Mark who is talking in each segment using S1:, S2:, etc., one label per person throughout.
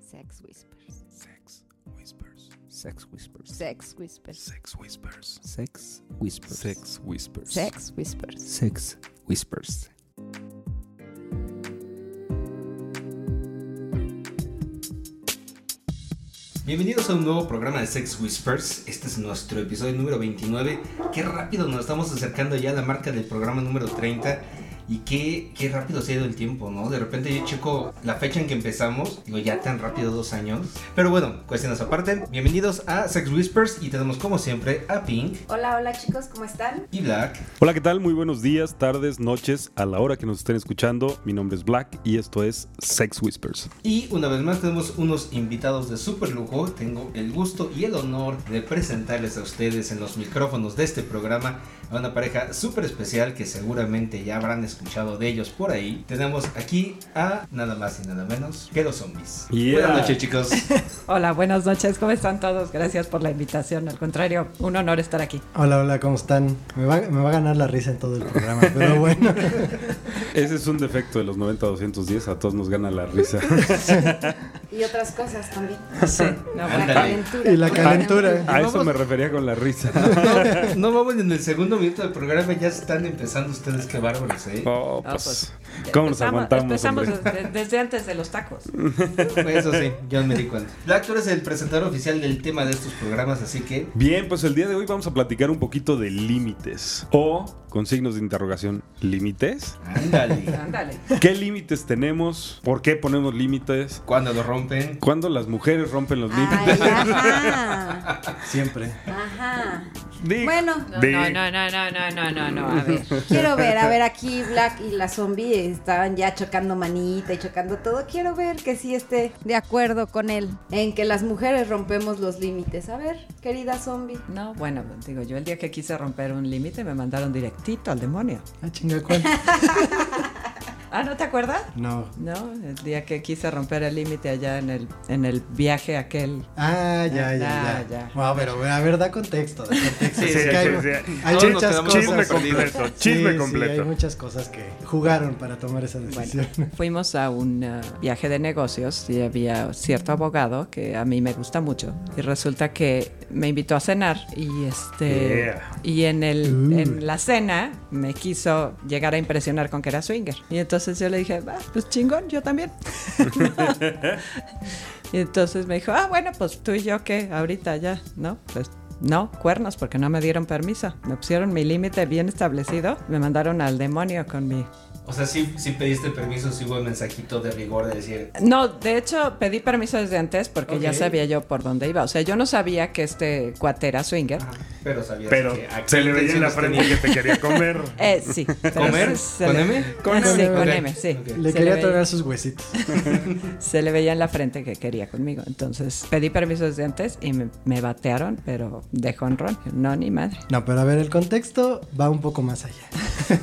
S1: Sex Whispers.
S2: Sex Whispers.
S3: Sex Whispers.
S1: Sex Whispers.
S2: Sex Whispers.
S3: Sex Whispers.
S2: Sex Whispers.
S1: Sex Whispers.
S3: Sex Whispers.
S4: Bienvenidos a un nuevo programa de Sex Whispers. Este es nuestro episodio número 29. Qué rápido nos estamos acercando ya a la marca del programa número 30. Y qué, qué rápido se ha ido el tiempo, ¿no? De repente yo checo la fecha en que empezamos. Digo, ya tan rápido dos años. Pero bueno, cuestiones aparte. Bienvenidos a Sex Whispers. Y tenemos como siempre a Pink
S5: Hola, hola chicos, ¿cómo están?
S4: y Black.
S6: Hola, ¿qué tal? Muy buenos días, tardes, noches, a la hora que nos estén escuchando. Mi nombre es Black y esto es Sex Whispers.
S4: Y una vez más tenemos unos invitados de super lujo. Tengo el gusto y el honor de presentarles a ustedes en los micrófonos de este programa a una pareja súper especial que seguramente ya habrán escuchado de ellos por ahí. Tenemos aquí a nada más y nada menos que los zombies.
S6: Yeah.
S4: Buenas noches chicos.
S7: Hola, buenas noches, ¿cómo están todos? Gracias por la invitación, al contrario, un honor estar aquí.
S8: Hola, hola, ¿cómo están? Me va, me va a ganar la risa en todo el programa, pero bueno.
S6: Ese es un defecto de los 90-210, a todos nos gana la risa.
S5: Y otras cosas también.
S7: Sí, no, bueno.
S4: Ándale.
S8: Y la calentura.
S6: A eso me refería con la risa.
S4: No, no vamos en el segundo minuto del programa, ya están empezando ustedes, qué bárbaros, ¿eh?
S6: Oh,
S7: Ah,
S6: pues,
S7: pues,
S6: ¿cómo nos
S7: empezamos-
S6: aguantamos?
S7: empezamos
S6: hombre?
S7: desde, desde antes de los tacos.
S4: Pues Eso sí, yo me di cuenta. Black, tú eres el presentador oficial del tema de estos programas, así que
S6: Bien, pues el día de hoy vamos a platicar un poquito de límites o con signos de interrogación, límites.
S4: ándale.
S7: Ándale.
S6: ¿Qué límites tenemos? ¿Por qué ponemos límites?
S4: Cuando lo rompen,
S6: ¿Cuándo las mujeres rompen los
S1: Ay,
S6: límites?
S1: ajá.
S8: Siempre.
S1: Ajá.
S6: Digo,
S1: Bueno,
S7: No,
S6: Digo.
S7: no, no, no, no, no, no, no, a ver.
S1: quiero ver, a ver, aquí Black y la zombie estaban ya chocando manita y chocando todo. Quiero ver que sí esté de acuerdo con él en que las mujeres rompemos los límites. A ver, querida zombie.
S7: No, bueno, digo, yo el día que quise romper un límite me mandaron directito al demonio.
S8: Ah, chinga, ¿cuál?
S7: Ah, ¿no te acuerdas?
S8: No.
S7: No, el día que quise romper el límite allá en el, en el viaje aquel.
S8: Ah, ya,
S7: Ah,
S8: ya,
S7: ya.
S8: ya. Bueno, pero a ver, da contexto, da contexto.
S4: Sí,
S8: Es
S4: sí,
S8: que hay,
S6: sí, sí.
S8: hay
S4: Todos nos
S8: muchas
S4: quedamos
S8: cosas.
S6: Chisme
S4: perdidos.
S6: completo,
S8: Sí,
S6: chisme
S8: sí, hay
S6: completo.
S8: muchas cosas que jugaron para tomar esa decisión.
S7: Bueno, fuimos a un eh, viaje de negocios y había cierto abogado que a mí me gusta mucho y resulta que me invitó a cenar y este
S6: Yeah.
S7: y en el
S8: Uh.
S7: en la cena me quiso llegar a impresionar con que era swinger y entonces yo le dije "Va, pues chingón yo también y entonces me dijo ah bueno pues tú y yo qué ahorita ya no pues no, cuernos, porque no me dieron permiso. Me pusieron mi límite bien establecido. Me mandaron al demonio con mi
S4: O sea, sí, sí pediste permiso, sí hubo el mensajito de rigor de decir.
S7: No, de hecho pedí permiso desde antes porque ya
S4: Ok.
S7: sabía yo por dónde iba. O sea, yo no sabía que este cuate era swinger.
S4: Ah. Pero sabías
S6: Pero
S4: que aquí
S6: se le veía en la
S4: intenciones
S6: frente que te quería comer.
S7: Eh, sí. pero
S4: ¿Comer?
S7: sí se
S4: ¿Con
S7: le-
S4: M?
S8: Con
S7: sí,
S8: M,
S7: con
S8: ok.
S7: M, sí.
S4: Ok.
S8: Le
S7: Se
S8: quería
S7: veía-
S8: tocar sus huesitos.
S7: Se le veía en la frente que quería conmigo. Entonces pedí permiso desde antes y me, me batearon, pero de jonrón. No, ni madre.
S8: No, pero a ver, el contexto va un poco más allá.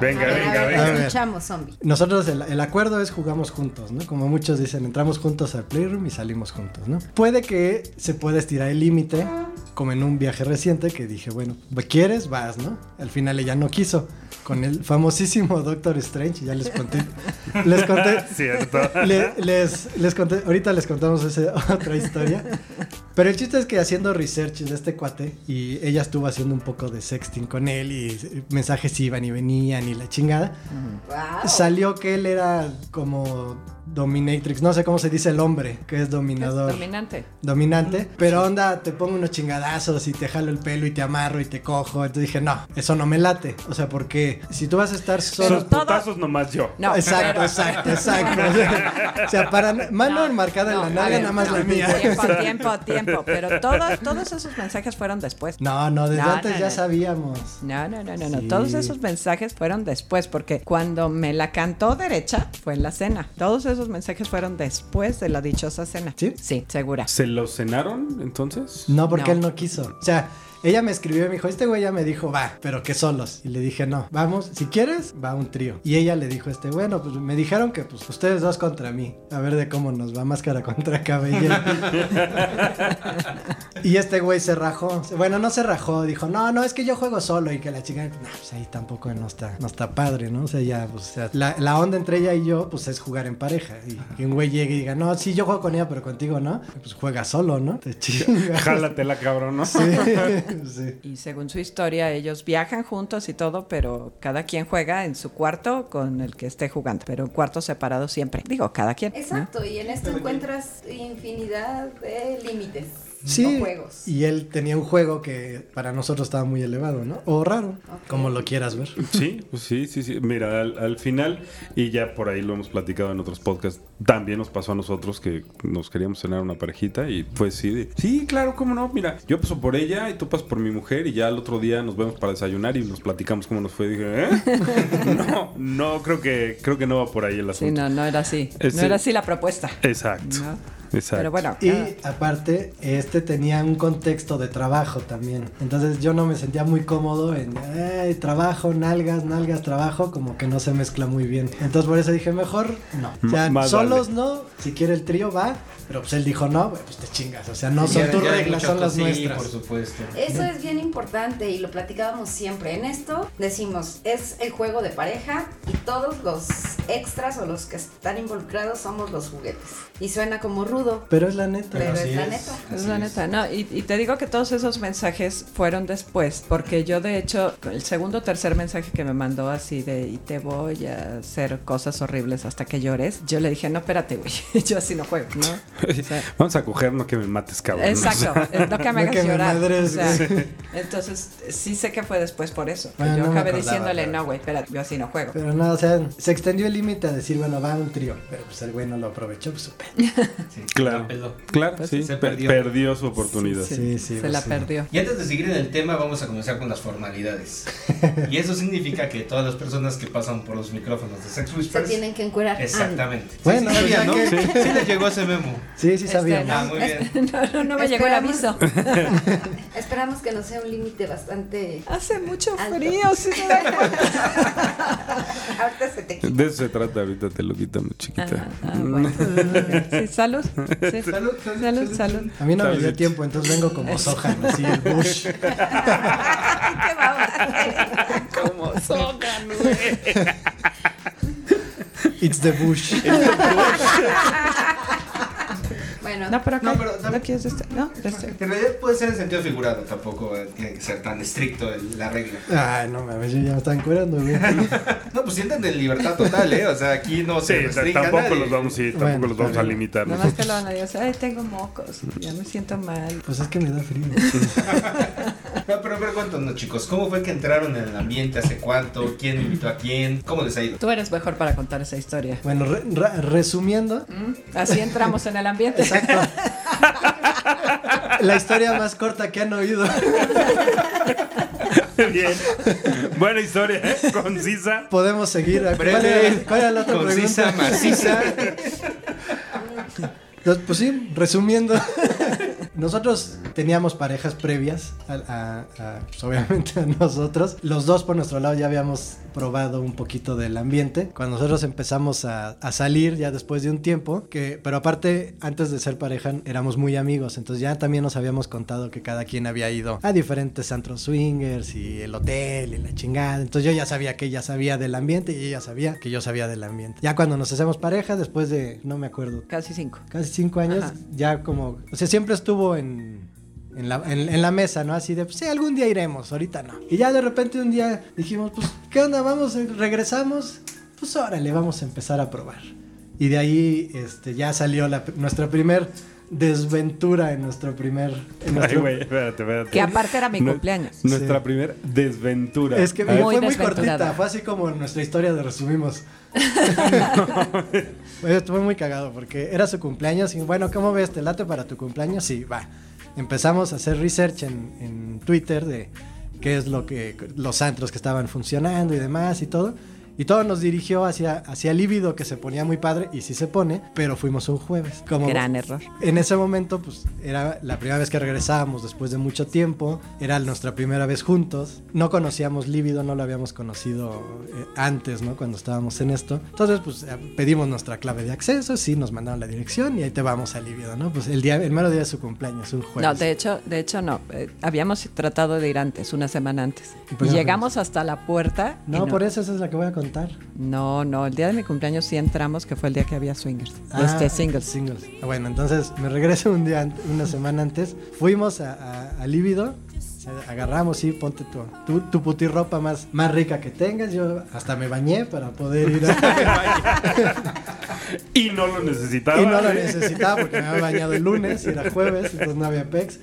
S6: Venga,
S1: a
S8: Ah,
S1: ver,
S6: venga,
S1: a ver,
S6: venga.
S8: venga.
S1: escuchamos, zombie.
S8: Nosotros el, el acuerdo es jugamos juntos, ¿no? Como muchos dicen, entramos juntos al playroom y salimos juntos, ¿no? Puede que se pueda estirar el límite, como en un viaje reciente que dije, bueno, ¿quieres? Vas, ¿no? Al final ella no quiso. Con el famosísimo Doctor Strange, ya les conté. Les conté.
S6: Cierto.
S8: le- les, les conté, ahorita les contamos esa otra historia. Pero el chiste es que haciendo research de este cuate y ella estuvo haciendo un poco de sexting con él y mensajes iban y venían y la chingada.
S7: Oh.
S1: Wow.
S8: Salió que él era como dominatrix, no sé cómo se dice el hombre, que es dominador.
S7: Es dominante.
S8: Dominante, pero onda, te pongo unos chingadazos y te jalo el pelo y te amarro y te cojo. Entonces dije, no, eso no me late. O sea, porque si tú vas a estar
S6: Son
S8: solo.
S7: todo-
S6: putazos nomás yo.
S7: No,
S8: exacto,
S7: pero-
S8: exacto, exacto. O sea, o sea, para mano enmarcada
S7: no,
S8: en
S7: a
S8: la nalga,
S7: ver,
S8: nada más
S7: no,
S8: la mía.
S7: Tiempo, tiempo, tiempo. Pero todos, todos esos mensajes fueron después.
S8: No, no, desde
S7: No,
S8: antes
S7: no,
S8: ya
S7: no.
S8: sabíamos.
S7: No, no, no, no, no.
S8: Sí.
S7: Todos esos mensajes fueron después, porque cuando me la cantó derecha fue en la cena. Todos esos mensajes fueron después de la dichosa cena.
S8: ¿Sí?
S7: Sí, segura.
S6: ¿Se lo cenaron entonces?
S8: No, porque
S7: No.
S8: él no quiso. O sea, ella me escribió y me dijo, este güey ya me dijo, va, pero que solos. Y le dije, no, vamos, si quieres, va un trío. Y ella le dijo, este, bueno, pues me dijeron que pues ustedes dos contra mí. A ver de cómo nos va máscara contra cabello. Y este güey se rajó. Bueno, no se rajó. Dijo, no, no, es que yo juego solo. Y que la chica, no, pues ahí tampoco no está, no está padre, ¿no? O sea, ya, pues, o sea, la, la onda entre ella y yo, pues es jugar en pareja. Y que un güey llegue y diga, no, sí, yo juego con ella, pero contigo no. Pues juega solo, ¿no? Te chingas.
S6: Jálatela, cabrón, ¿no?
S8: Sí, sí.
S7: Y según su historia, ellos viajan juntos y todo, pero cada quien juega en su cuarto con el que esté jugando, pero en cuartos separados siempre. Digo, cada quien. ¿no?
S5: Exacto, y en esto encuentras infinidad de límites.
S8: Sí,
S5: o juegos.
S8: y él tenía un juego que para nosotros estaba muy elevado, ¿no? O raro, como lo quieras ver.
S4: Ah.
S6: Sí, pues sí, sí, sí. Mira, al, al final, y ya por ahí lo hemos platicado en otros podcasts, también nos pasó a nosotros que nos queríamos cenar una parejita y pues sí, de, sí, claro, cómo no, mira, yo paso por ella y tú pasas por mi mujer y ya al otro día nos vemos para desayunar y nos platicamos cómo nos fue. Y dije, ¿eh? No, no, creo que, creo que no va por ahí el
S7: Sí,
S6: asunto.
S7: no, no era así.
S6: Es-
S7: no era así la propuesta.
S6: Exacto,
S7: No.
S6: exacto.
S7: Pero bueno,
S8: Y
S7: cada-
S8: aparte, este tenía un contexto de trabajo también. Entonces yo no me sentía muy cómodo en "Ay, trabajo, nalgas, nalgas, trabajo, como que no se mezcla muy bien. Entonces por eso dije, mejor no. O sea,
S6: M- más
S8: solos no, si quiere el trío va, pero pues él dijo no, pues te chingas. O sea, no
S4: Ya-
S8: son tus
S4: ya hay
S8: reglas,
S4: muchas
S8: son las
S4: cosas, sí,
S8: nuestras.
S4: por supuesto.
S5: Eso es bien importante y lo platicábamos siempre. En esto decimos, es el juego de pareja y todos los extras o los que están involucrados somos los juguetes. Y suena como rudo,
S8: Pero es la neta.
S5: pero
S4: así
S5: es la
S4: es.
S5: neta.
S7: Es
S4: Así
S7: la
S4: es.
S7: neta, no, y, y te digo que todos esos mensajes fueron después, porque yo de hecho, el segundo o tercer mensaje que me mandó así de, y te voy a hacer cosas horribles hasta que llores, yo le dije, no, espérate, güey, yo así no juego,
S4: Ah,
S7: ¿no? O sea,
S6: Vamos a coger, no que me mates, cabrón.
S7: exacto, no que me
S8: No
S7: hagas
S8: que me
S7: llorar.
S8: madres,
S7: o sea,
S8: güey.
S7: entonces, sí sé que fue después por eso.
S8: Bueno,
S7: yo
S8: no me
S7: acabé
S8: acordaba,
S7: diciéndole,
S8: pero-
S7: no, güey, espérate, yo así no juego.
S8: Pero no, o sea, se extendió el límite a decir, bueno, va un trío. Pero pues el güey no lo aprovechó, pues su pe-
S4: Sí,
S6: Claro,
S4: la peló.
S6: claro,
S7: Pues
S6: sí,
S4: se
S6: per-
S4: perdió.
S6: perdió su oportunidad.
S7: Sí,
S8: Sí, sí,
S7: se la
S8: sí.
S7: perdió.
S4: Y antes de seguir en el tema, vamos a comenzar con las formalidades. Y eso significa que todas las personas que pasan por los micrófonos de Sex
S5: Se
S4: Whispers.
S5: tienen que encuerar.
S4: Pues, Exactamente.
S8: Bueno,
S4: sí, sí, sabía, Ah.
S8: o
S4: ¿no?
S8: sea
S4: Sí. Sí le llegó ese memo.
S8: Sí, sí, sabíamos.
S4: Ah, muy bien.
S7: No, no, no me llegó el
S5: Esperamos.
S7: aviso.
S5: Ah, Esperamos que no sea un límite bastante...
S7: Hace mucho
S5: Alto.
S7: frío, sí te das cuenta.
S5: Ahorita se te quita.
S6: De eso se trata, ahorita te lo quitamos, chiquita.
S7: Ah, ah, bueno. Sí, salud.
S4: Salud,
S7: Sí.
S4: salud,
S7: Salud,
S4: salud,
S7: salud.
S8: A mí no me
S6: Está
S8: dio
S6: bien.
S8: tiempo, entonces vengo como Sohan, así el Bush.
S5: Qué babas.
S8: It's the Bush.
S5: Bueno,
S7: No, pero acá.
S4: No, pero
S7: No, quieres este- No, de este.
S4: En realidad puede ser en sentido figurado, tampoco eh, tiene que ser tan estricto el- la regla.
S8: Ay, no mames, yo ya me están curando, güey.
S4: No, pues sientan de libertad total, ¿eh? O sea, aquí no
S6: Sí,
S4: se restringe a
S6: tampoco
S4: nadie.
S6: los vamos, sí, tampoco
S8: "Pues, Bueno,
S6: los vamos
S8: está
S6: a
S8: bien.
S6: limitar.
S7: Nada
S6: ¿no?
S7: más que lo van a decir, ay, tengo mocos, ya me siento mal.
S8: Pues es que me da frío.
S4: No, pero a ver, cuéntanos, chicos. ¿Cómo fue que entraron en el ambiente? ¿Hace cuánto? ¿Quién invitó a quién? ¿Cómo les ha ido?
S7: Tú eres mejor para contar esa historia.
S8: Bueno, re- ra- resumiendo,
S7: Mm. Así entramos en el ambiente.
S8: exacto. La historia más corta que han oído.
S6: Bien. Buena historia, ¿eh? concisa.
S8: Podemos seguir. ¿Cuál era,
S4: Breve,
S8: cuál era la otra
S4: concisa,
S8: pregunta?
S4: maciza.
S8: Pues, pues sí, resumiendo. Nosotros teníamos parejas previas, a- a- a, pues, obviamente a nosotros. Los dos por nuestro lado ya habíamos probado un poquito del ambiente. Cuando nosotros empezamos a, a salir ya después de un tiempo, que, pero aparte antes de ser pareja éramos muy amigos, entonces ya también nos habíamos contado que cada quien había ido a diferentes antros swingers y el hotel y la chingada. Entonces yo ya sabía que ella sabía del ambiente y ella sabía que yo sabía del ambiente. Ya cuando nos hacemos pareja, después de, no me acuerdo,
S7: Casi cinco.
S8: casi cinco años,
S7: Ajá.
S8: ya como, o sea, siempre estuvo en, en, la, en, en la mesa, ¿no? Así de, pues sí, algún día iremos, ahorita no. Y ya de repente un día dijimos, pues, ¿qué onda? Vamos, eh, regresamos, pues órale, vamos a empezar a probar. Y de ahí este, ya salió la, pr- nuestra primer desventura en nuestro primer... En
S6: Ay,
S8: nuestro,
S6: güey, espérate, espérate.
S7: Que aparte era mi
S6: Nu-
S7: cumpleaños.
S6: Nuestra
S8: Sí.
S6: primera desventura.
S8: es que
S6: A ver,
S7: Muy
S8: fue muy
S7: desventurada.
S8: cortita, fue así como nuestra historia de resumimos. Pues, Estuvo muy cagado porque era su cumpleaños y bueno, ¿cómo ves? ¿Te late para tu cumpleaños? Sí, va. Empezamos a hacer research en, en Twitter de qué es lo que los antros que estaban funcionando y demás y todo. Y todo nos dirigió hacia, hacia Líbido, que se ponía muy padre, y sí se pone, pero fuimos un jueves. Como
S7: Gran error.
S8: en ese momento, pues era la primera vez que regresábamos después de mucho tiempo, era nuestra primera vez juntos, no conocíamos Líbido, no lo habíamos conocido eh, antes, ¿no? Cuando estábamos en esto. Entonces, pues eh, pedimos nuestra clave de acceso, sí, nos mandaron la dirección y ahí te vamos a Líbido, ¿no? Pues el día, el mero día de su cumpleaños, un jueves.
S7: No, de hecho, de hecho no. Eh, habíamos tratado de ir antes, una semana antes.
S8: ¿Y por qué no
S7: Llegamos hasta la puerta. y
S8: No, por eso esa es la que voy a contar.
S7: No, no, el día de mi cumpleaños sí entramos, que fue el día que había swingers.
S8: Ah,
S7: este singles.
S8: singles. Ah, Bueno, entonces me regreso un día, an- una semana antes. Fuimos a, a- a Líbido. Agarramos, sí, ponte tu, tu, tu putirropa más, más rica que tengas. Yo hasta me bañé para poder ir a...
S6: Y no lo necesitaba.
S8: y no lo necesitaba porque me había bañado el lunes y era jueves, entonces no había pex.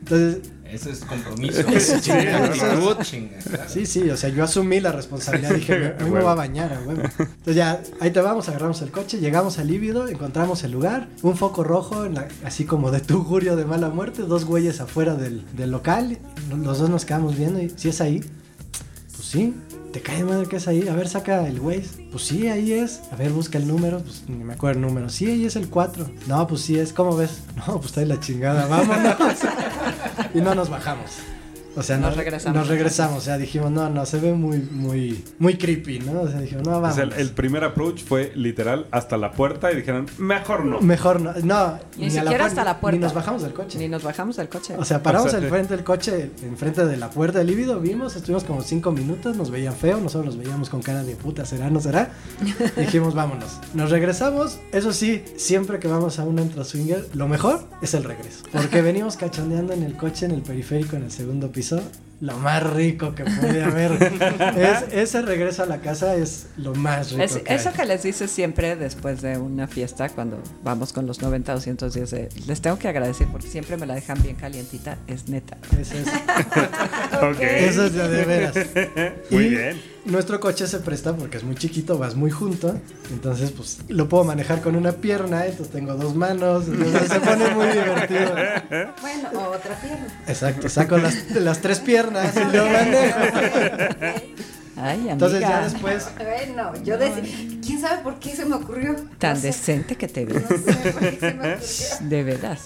S8: Entonces,
S4: Eso es compromiso.
S8: Eso
S4: Eso
S8: es
S4: es
S8: chingada.
S4: Salud, chinga. claro.
S8: Sí, sí, o sea, yo asumí la responsabilidad, dije, me- a mí me
S6: Huevo.
S8: voy a bañar, a huevo. Entonces ya, ahí te vamos, agarramos el coche, llegamos al líbido, encontramos el lugar, un foco rojo, en la- así como de tugurio de mala muerte, dos güeyes afuera del, del local, los dos nos quedamos viendo y si es ahí, pues sí, te cae de madre que es ahí, a ver, saca el güey, pues sí, ahí es, a ver, busca el número, pues ni me acuerdo el número, sí, ahí es el 4, no, pues sí es, ¿cómo ves? No, pues está de la chingada, vámonos. y no nos bajamos. O sea,
S7: Nos
S8: nos
S7: regresamos.
S8: Nos regresamos, o sea, dijimos, no, no, se ve muy, muy, muy creepy, ¿no? O sea, dijimos, no,
S6: O
S8: vamos.
S6: sea, el, el primer approach fue literal hasta la puerta y dijeron, mejor no.
S8: Mejor no, no,
S7: Ni
S8: a
S7: siquiera hasta la puerta.
S8: Ni nos bajamos del coche.
S7: Ni nos bajamos del coche.
S8: O sea, paramos
S6: O sea,
S8: al frente del coche, enfrente de la puerta del líbido, vimos, estuvimos como cinco minutos, nos veían feo, nosotros nos veíamos con cara de puta, ¿será? ¿No será? Dijimos, vámonos. Nos regresamos, eso sí, siempre que vamos a un antro swinger, lo mejor es el regreso. Porque venimos cachondeando en el coche, en el periférico, en el segundo piso, lo más rico que puede haber. Es- ese regreso a la casa es lo más rico.
S7: Es-
S8: que
S7: eso
S8: hay.
S7: que les dice siempre después de una fiesta, cuando vamos con los 90 o 210, de, les tengo que agradecer porque siempre me la dejan bien calientita, es neta.
S8: Ese es-
S6: Ok.
S8: Eso es de, de veras.
S6: Muy bien.
S8: Nuestro coche se presta porque es muy chiquito, vas muy junto. Entonces, pues lo puedo manejar con una pierna, entonces tengo dos manos. Entonces se pone muy divertido.
S5: Bueno, o otra pierna.
S8: Exacto, saco las, las tres piernas y lo manejo.
S7: Ay, amiga,
S8: Entonces, ya después.
S5: Bueno, yo decía, ¿quién sabe por qué se me ocurrió?
S7: tan
S5: No sé,
S7: decente que te
S5: No
S7: ves,
S5: sé por qué se me ocurrió.
S7: de veras.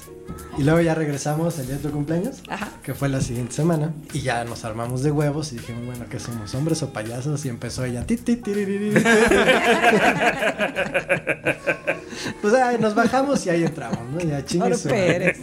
S8: Y luego ya regresamos el día de tu cumpleaños,
S7: Ajá.
S8: que fue la siguiente semana. Y ya nos armamos de huevos y dijimos, bueno, ¿qué somos? ¿Hombres o payasos? Y empezó ella. "Ti, ti, tiririri". pues ay, nos bajamos y ahí entramos, ¿no? Ya chingue
S7: Ahora
S8: su madre.
S7: Pérez.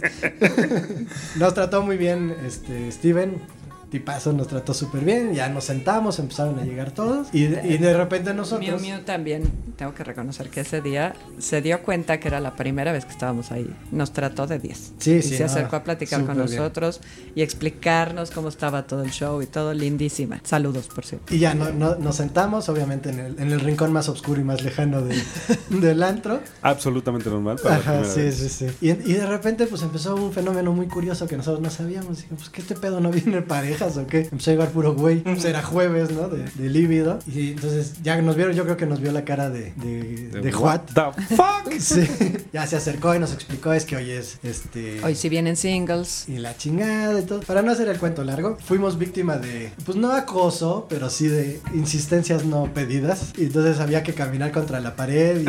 S8: Nos trató muy bien este Steven. Tipazo nos trató súper bien. Ya nos sentamos, empezaron a llegar todos. Y, y de repente
S7: Miu
S8: nosotros.
S7: Miu también, tengo que reconocer que ese día se dio cuenta que era la primera vez que estábamos ahí. Nos trató de 10.
S8: Sí,
S7: y
S8: sí,
S7: Se
S8: no,
S7: acercó a platicar con
S8: súper bien.
S7: nosotros y explicarnos cómo estaba todo el show y todo, lindísima. Saludos, por cierto.
S8: Y ya no- no- nos sentamos, obviamente, en el, en el rincón más oscuro y más lejano de- del antro.
S6: Absolutamente normal para la
S8: Ajá,
S6: primera
S8: sí,
S6: vez.
S8: sí, sí. Y, y de repente, pues empezó un fenómeno muy curioso que nosotros no sabíamos. Dije, pues, ¿qué este pedo no viene parejas o qué? Empezó a llegar puro güey. Pues era jueves, ¿no? De, de líbido. Y entonces ya nos vieron, yo creo que nos vio la cara de, de, de Juat.
S6: What the fuck?
S8: Sí. Ya se acercó y nos explicó, es que hoy es este...
S7: Hoy sí vienen singles.
S8: Y la chingada y todo. Para no hacer el cuento largo, fuimos víctima de, pues no acoso, pero sí de insistencias no pedidas. Y entonces había que caminar contra la pared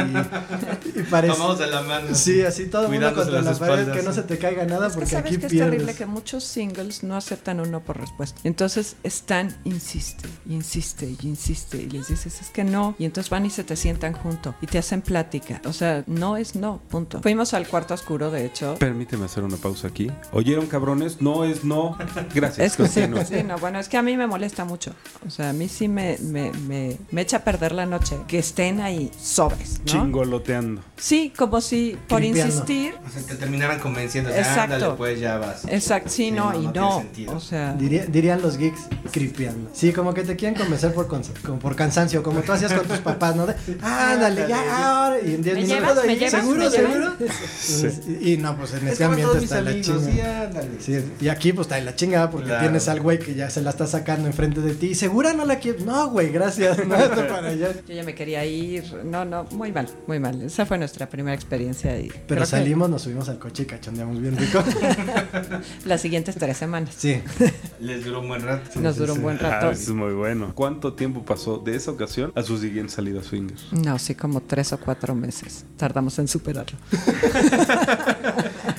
S8: y, y parece...
S4: Tomamos de la mano.
S8: Sí, así todo el mundo
S4: Cuidándose
S8: contra la
S4: las
S8: pared,
S4: espaldas.
S8: que no se te caiga nada
S7: Es que
S8: porque
S7: sabes
S8: aquí
S7: que es terrible
S8: pierdes.
S7: que muchos singles no aceptan uno por respuesta. Entonces están, insiste, y insiste, y insiste, y les dices, es que no. Y entonces van y se te sientan junto y te hacen plática. O sea, no es no, punto. Fuimos al cuarto oscuro, de hecho.
S6: Permíteme hacer una pausa aquí. ¿Oyeron, cabrones? No es no. Gracias.
S7: Es que sí,
S6: continúa.
S7: sí, no, bueno, es que a mí me molesta mucho. O sea, a mí sí me, me, me, me echa a perder la noche que estén ahí sobres, ¿no?
S6: Chingoloteando.
S7: Sí, como si por
S8: Tripeando.
S7: insistir.
S4: O sea, te Pues, terminaran convenciendo.
S7: Exacto.
S4: Exacto. Ándale, pues ya vas.
S7: Exacto, sí,
S4: Sí,
S7: no,
S4: no,
S7: y
S4: no tiene
S7: no.
S4: sentido.
S7: O sea,
S8: Diría- dirían los geeks, creepeando. Sí, como que te quieren convencer por, cons- como por cansancio, como tú hacías con tus papás, ¿no? De, ándale, ya, ahora. Y en 10
S7: ¿Me
S8: minutos,
S7: llevas? ¿Me
S8: ahí,
S7: llevas?
S8: ¿seguro,
S7: ¿Me
S8: seguro?
S7: llevas?
S8: Y, y no, pues en
S4: Es
S8: ese
S4: como
S8: ambiente
S4: todos mis
S8: está la
S4: amigos.
S8: chinga.
S4: Sí, ándale.
S8: Sí, y aquí pues está en la chingada porque
S4: Claro.
S8: tienes al güey que ya se la está sacando enfrente de ti. ¿Segura no la quieres? No, güey, gracias. No, vete para allá.
S7: yo ya me quería ir. No, no, muy mal, muy mal. Esa fue nuestra primera experiencia. Y creo
S8: Pero
S7: que
S8: salimos, nos subimos al coche y cachondeamos bien rico.
S7: Las siguientes tres semanas.
S8: Sí.
S4: Le les duró un buen rato.
S7: Nos duró un buen rato.
S6: Ah, eso es muy bueno. ¿Cuánto tiempo pasó de esa ocasión a su siguiente salida swinger?
S7: No, sí, como tres o cuatro meses. Tardamos en superarlo.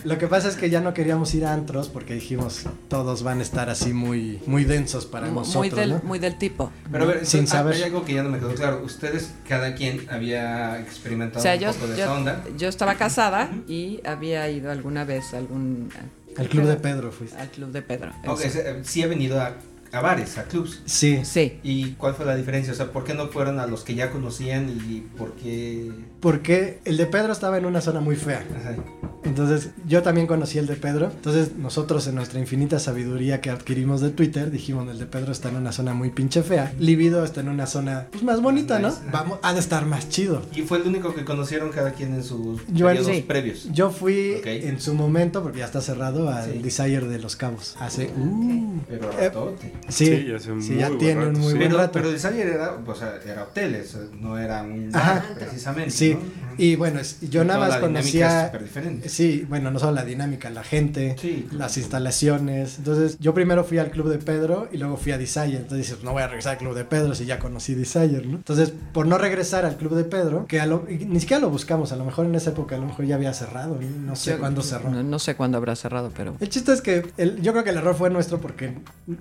S8: Lo que pasa es que ya no queríamos ir a antros porque dijimos todos van a estar así muy, muy densos para
S7: Mu-
S8: nosotros.
S7: Muy del,
S8: ¿no?
S7: muy del tipo.
S4: Pero a ver,
S8: Sin
S4: entonces, ah,
S8: saber.
S4: hay algo que ya no me quedó claro. Ustedes, cada quien había experimentado
S7: O sea,
S4: un
S7: yo,
S4: poco de esa
S7: yo,
S4: onda.
S7: yo estaba casada y había ido alguna vez a algún,
S8: Al club de Pedro fuiste.
S7: al club de Pedro.
S4: Ok,
S7: Eso.
S4: se- eh, sí he venido a, a bares, a clubs.
S8: Sí.
S7: Sí.
S4: ¿Y cuál fue la diferencia? O sea, ¿por qué no fueron a los que ya conocían y por qué...?
S8: Porque el de Pedro estaba en una zona muy fea.
S4: Ajá.
S8: Entonces, yo también conocí el de Pedro. Entonces, nosotros en nuestra infinita sabiduría que adquirimos de Twitter, dijimos, el de Pedro está en una zona muy pinche fea. Libido está en una zona pues, más bonita, ¿no?
S4: Nice, ajá.
S8: Vamos, ha de estar más chido.
S4: Y fue el único que conocieron cada quien en sus
S8: Yo-
S4: periodos
S8: sí.
S4: previos.
S8: Yo fui
S4: Ok.
S8: en su momento, porque ya está cerrado, al
S4: Sí.
S8: Desire de los Cabos. Hace...
S4: Pero
S8: Eh,
S4: ratote.
S8: Sí,
S6: Sí, ya hace un
S8: sí,
S6: muy
S8: ya
S6: buen
S8: tiene
S6: rato,
S8: un muy
S6: sí.
S8: buen
S4: Pero,
S8: rato.
S4: pero el Sayer era, o sea, era hoteles, eh, no era un bar,
S8: Ajá.
S4: precisamente.
S8: Sí,
S4: ¿no?
S8: y bueno, es- yo nada
S4: Toda
S8: más
S4: la dinámica es
S8: conocía...
S4: súper diferente.
S8: Sí, bueno, no solo la dinámica, la gente,
S4: Sí, claro.
S8: las instalaciones. Entonces, yo primero fui al club de Pedro y luego fui a Desire. Entonces dices, no voy a regresar al club de Pedro si ya conocí Desire, ¿no? Entonces, por no regresar al club de Pedro, que a lo- y ni siquiera lo buscamos, a lo mejor en esa época, a lo mejor ya había cerrado, no, No sé
S7: Yo-
S8: cuándo cerró.
S7: No, no sé cuándo habrá cerrado, pero
S8: El chiste es que el- yo creo que el error fue nuestro porque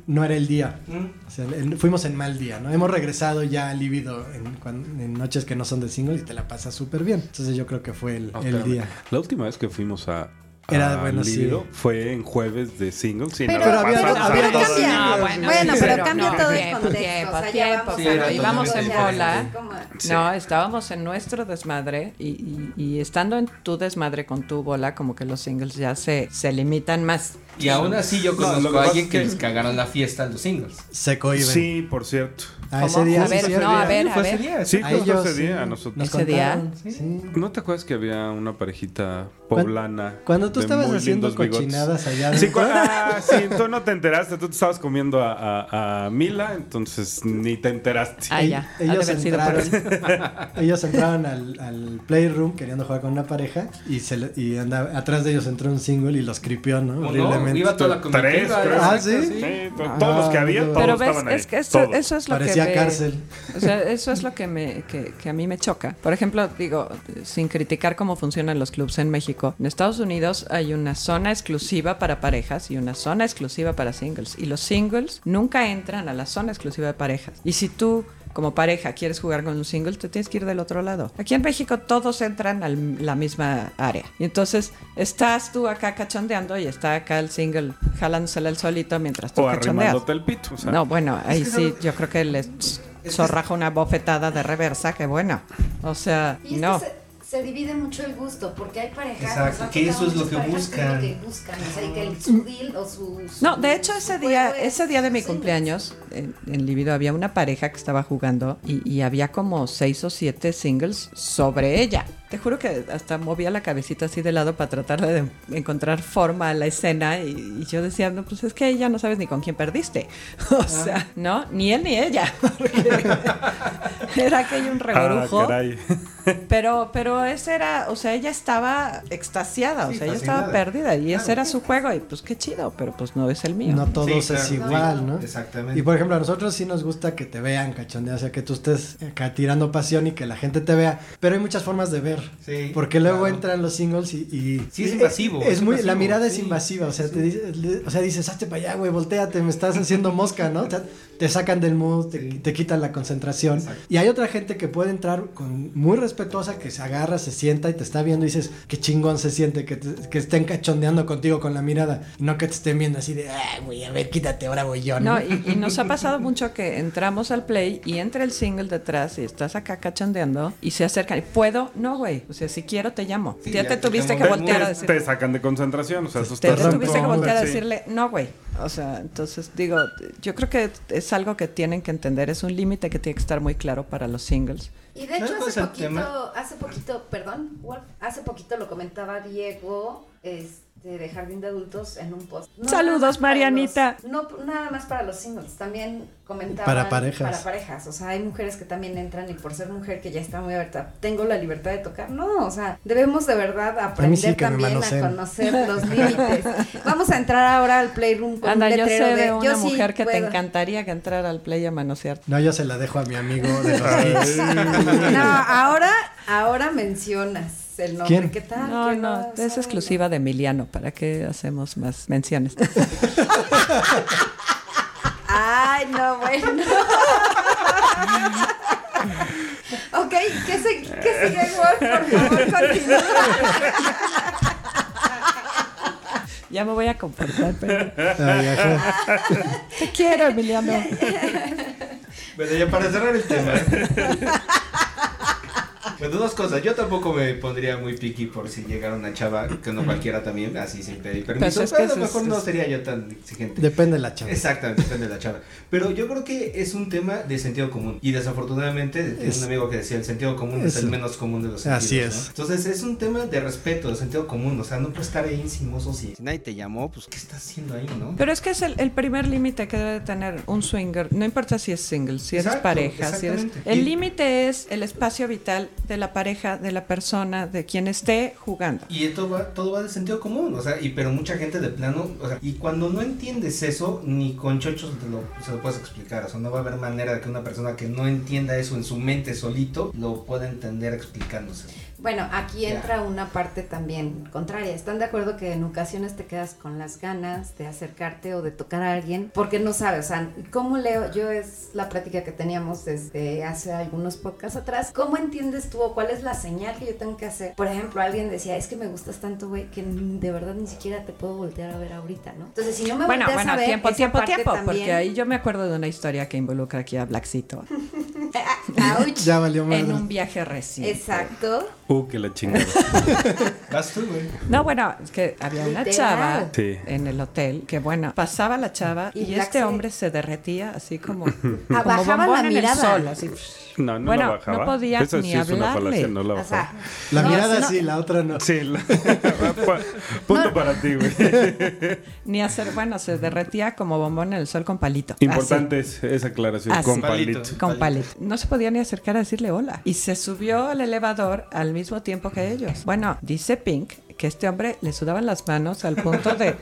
S8: no era el día.
S4: Mm.
S8: O sea, en- fuimos en mal día, ¿no? Hemos regresado ya al líbido en, cuan- en noches que no son de single y te la pasas súper bien. Entonces yo creo que fue el,
S6: Ah,
S8: el
S6: espérame.
S8: día.
S6: La última vez que fuimos a.
S8: Era,
S6: a
S8: bueno, sí.
S6: Líbido fue en jueves de singles. sí,
S1: Pero-
S6: no,
S1: Pero
S8: había-
S6: pasamos
S8: había
S6: a-
S8: dos
S6: a-
S1: singles.
S7: No,
S1: bueno,
S7: Ah, bueno,
S1: pero cambia todo el
S7: tiempo,
S1: contexto,
S7: Tiempo,
S1: o sea, ya
S7: tiempo,
S1: vamos
S4: a-
S7: pero
S4: Sí,
S7: íbamos en
S4: totalmente.
S7: bola.
S6: Sí.
S7: No, estábamos en nuestro desmadre y, y- y estando en tu desmadre con tu bola, como que los singles ya se, se limitan más.
S4: Y aún así yo
S6: No,
S4: conozco
S6: lo que
S4: a
S6: pasa
S4: alguien
S6: es
S4: que,
S6: que-
S4: les cagaron la fiesta a los singles.
S8: Seco y
S6: Sí, por cierto.
S8: A ese
S7: ¿Cómo?
S8: día.
S7: A
S8: sí,
S7: ver,
S8: sí,
S7: no,
S8: había-
S7: a ver, a
S4: fue
S7: ver.
S4: ese día.
S6: Sí,
S4: sí.
S8: A
S6: justo
S8: ellos,
S6: ese
S8: sí,
S6: día a
S8: nos
S6: nosotros.
S7: Ese día.
S8: contaron, sí.
S6: ¿No te acuerdas que había una parejita poblana?
S8: Cuando tú
S6: de
S8: estabas
S6: muy
S8: haciendo
S6: lindos bigotes?
S8: cochinadas allá
S6: Sí,
S8: adentro,
S6: cua- ah, sí, tú no te enteraste, tú te estabas comiendo a, a- a Mila, entonces ni te enteraste.
S7: Ah,
S8: Ell-
S7: ya. Ha de
S8: Ellos
S7: haber sido por
S8: entraron, ellos entraron al, al playroom queriendo jugar con una pareja y, se le- y andaba, atrás de ellos entró un single y los cripió, ¿no?
S4: ¿O no? Iba toda la
S6: Tres,
S4: comitiva.
S6: creo.
S8: Ah, ¿sí?
S6: to-
S8: Ah,
S6: Eh, todos los que había,
S8: no.
S6: todos
S7: Pero ves,
S6: estaban ahí.
S7: es que eso,
S6: todos.
S7: eso es lo
S8: Parecía
S7: que. me-
S8: cárcel.
S7: O sea, eso es lo que, me, que, que a mí me choca. Por ejemplo, digo, sin criticar cómo funcionan los clubs en México, en Estados Unidos hay una zona exclusiva para parejas y una zona exclusiva para singles. Y los singles nunca entran a la zona exclusiva de parejas. Y si tú... Como pareja, quieres jugar con un single, te tienes que ir del otro lado. Aquí en México todos entran a la misma área. Y entonces estás tú acá cachondeando y está acá el single jalándosela el solito mientras tú
S6: O
S7: cachondeas.
S6: arrimándote el pito. o sea,
S7: No, bueno, ahí
S4: que
S7: sí,
S4: sabes-
S7: yo creo que les zorraja una bofetada de reversa, que bueno. O sea,
S5: Y es
S7: no.
S5: que se, se divide mucho el gusto, porque hay parejas.
S4: Exacto,
S5: nos han
S4: que eso
S5: tocado
S4: es lo
S5: muchas
S4: que
S5: parejas es lo
S4: buscan.
S5: que buscan, o sea, y que el, su deal o su, su-
S7: Mm. No, de hecho ese
S5: su juego
S7: día,
S5: es-
S7: ese día de mi
S5: pues, sí.
S7: cumpleaños, en, en Libido había una pareja que estaba jugando y, y había como seis o siete singles sobre ella. Te juro que hasta movía la cabecita así de lado para tratar de encontrar forma a la escena y, y yo decía, no, pues es que ya no sabes ni con quién perdiste. O
S6: Ah.
S7: sea, no, ni él ni ella. Porque Era que hay un
S6: ah,
S7: regorujo.
S6: caray.
S7: Pero, pero ese era, o sea, ella estaba extasiada,
S4: Sí,
S7: o sea, ella
S4: fascinada.
S7: estaba perdida y ese
S4: Claro.
S7: era su juego y pues qué chido, pero pues no es el mío.
S8: No todos
S4: Sí,
S8: es
S4: claro.
S8: igual, ¿no?
S4: Exactamente.
S8: Y por ejemplo, a nosotros sí nos gusta que te vean cachondear, o sea, que tú estés acá tirando pasión y que la gente te vea, pero hay muchas formas de ver.
S4: Sí,
S8: porque luego
S4: claro.
S8: entran los singles y... y-
S4: Sí, es
S8: y-
S4: invasivo,
S8: Es,
S4: es
S8: muy, la
S4: invasivo,
S8: mirada es
S4: sí,
S8: invasiva, o sea,
S4: sí.
S8: te dice- le- o sea, dices, hazte para allá, güey, volteate, me estás haciendo mosca, ¿no? O sea, te sacan del mood, te,
S4: Sí.
S8: te quitan la concentración.
S4: Exacto.
S8: Y hay otra gente que puede entrar con muy respetuosa, que se agarra, se sienta y te está viendo y dices, qué chingón se siente, que, te- que estén cachondeando contigo con la mirada, no que te estén viendo así de, ah, güey, a ver, quítate, ahora voy yo, ¿no?
S7: No, y, y nos ha pasado mucho que entramos al play y entra el single detrás y estás acá cachondeando y se acercan. y, ¿Puedo? No, güey. O sea, si quiero te llamo.
S4: Sí,
S7: ya,
S4: ya
S7: te
S4: te
S7: tuviste
S4: llamo.
S7: que voltear a
S6: Te-
S7: decir.
S6: Te sacan de concentración. O sea, eso
S7: Te,
S6: está
S7: te
S8: Perdón,
S7: tuviste que
S8: perdón,
S7: voltear a
S8: sí.
S7: decirle, no, güey. O sea, entonces digo, yo creo que es algo que tienen que entender, es un límite que tiene que estar muy claro para los singles.
S5: Y de
S4: ¿Sabes
S5: hecho
S4: cuál es
S5: hace
S4: el
S5: poquito,
S4: tema?
S5: hace poquito, perdón, Wolf, hace poquito lo comentaba Diego este, de jardín de adultos en un post. No
S7: Saludos,
S5: nada más para
S7: Marianita.
S5: los- no nada más para los singles, también comentaban.
S8: Para parejas.
S5: Para parejas. O sea, hay mujeres que también entran y por ser mujer que ya está muy abierta, tengo la libertad de tocar. No, o sea, debemos de verdad
S8: mí sí
S5: aprender
S8: que me
S5: también a
S8: manoseen.
S5: conocer los límites. Vamos a entrar ahora al playroom con
S7: Anda,
S5: un
S7: yo sé
S5: letrero
S7: de
S5: de,
S7: una
S5: "Yo sí
S7: mujer que te
S5: puedo".
S7: encantaría que entrara al play a manosear.
S8: No, yo se la dejo a mi amigo de los geeks.
S5: No, ahora, ahora mencionas el nombre.
S8: ¿Quién?
S5: Ah, ¿Qué tal?
S7: No,
S5: ¿Quién
S7: no,
S5: va a
S7: es
S5: usar?
S7: exclusiva de Emiliano. ¿Para qué hacemos más menciones?
S5: Ay, no, bueno. ok, ¿qué, se, qué sigue, Wolf? Por favor, continúa.
S7: ya me voy a comportar, pero
S8: Ay, ajá.
S7: te quiero, Emiliano.
S4: Bueno, ya para cerrar el tema. ¿eh? Bueno, dos cosas. Yo tampoco me pondría muy picky por si llegara una chava, que no cualquiera también, así sin pedir permiso.
S7: Pues es
S4: pero a lo
S7: que eso es-
S4: mejor no
S7: es-
S4: sería yo tan exigente.
S8: Depende de la chava.
S4: Exactamente, depende de la chava. Pero yo creo que es un tema de sentido común. Y desafortunadamente, tengo
S8: Es-
S4: un amigo que decía, el sentido común es,
S8: es-
S4: el menos común de los sentidos.
S8: Así
S4: ¿no?
S8: es.
S4: Entonces, es un tema de respeto, de sentido común. O sea, no puedes estar ahí insinuoso si, si nadie te llamó, pues, ¿qué estás haciendo ahí, no?
S7: Pero es que es el, el primer límite que debe de tener un swinger. No importa si es single, si eres
S4: Exacto,
S7: pareja, si eres.
S4: exactamente. Y-
S7: El límite es el espacio vital de la pareja, de la persona, de quien esté jugando.
S4: Y esto va, todo va de sentido común, o sea, y pero mucha gente de plano, o sea, y cuando no entiendes eso, ni con chochos te lo, se lo puedes explicar, o sea, no va a haber manera de que una persona que no entienda eso en su mente solito lo pueda entender explicándose.
S5: Bueno, aquí
S4: Ya.
S5: entra una parte también contraria. ¿Están de acuerdo que en ocasiones te quedas con las ganas de acercarte o de tocar a alguien? Porque no sabes, o sea, ¿cómo leo? Yo es la práctica que teníamos desde hace algunos podcasts atrás. ¿Cómo entiendes tú o cuál es la señal que yo tengo que hacer? Por ejemplo, alguien decía, es que me gustas tanto, güey, que de verdad ni siquiera te puedo voltear a ver ahorita, ¿no? Entonces, si no me
S7: Bueno,
S5: volteas
S7: bueno,
S5: a ver,
S7: tiempo,
S5: esa
S7: tiempo,
S5: parte
S7: tiempo. Porque
S5: también-
S7: ahí yo me acuerdo de una historia que involucra aquí a Blaxito
S5: Ouch.
S8: Ya valió más.
S7: en un viaje reciente.
S5: Exacto.
S6: Uh, que la chingada.
S4: Vas tú, güey.
S7: No, bueno, es que había una
S5: Literal.
S7: chava
S6: Sí.
S7: en el hotel que, bueno, pasaba la chava
S5: Y
S7: y,
S5: Black
S7: este
S5: se-
S7: hombre se derretía así como, como
S5: Abajaba la
S7: bombón en el
S5: mirada.
S7: sol, así.
S6: No, no
S7: Bueno,
S6: la bajaba.
S7: no podía
S6: Esa sí
S7: ni
S6: es una
S7: hablarle.
S6: falacia, no la
S5: O
S6: bajaba.
S5: sea,
S8: La
S5: no,
S8: mirada
S5: no-
S8: sí, la otra no.
S6: Sí, la- Pa- punto para ti, güey.
S7: Ni hacer, bueno, se derretía como bombón en el sol con palito.
S6: Importante es esa aclaración,
S7: Así.
S6: con
S4: Palito.
S6: palito.
S7: Así, Con palito. No se podía ni acercar a decirle hola. Y se subió al elevador al mismo tiempo que ellos. Bueno, dice Pink que este hombre le sudaban las manos al punto de,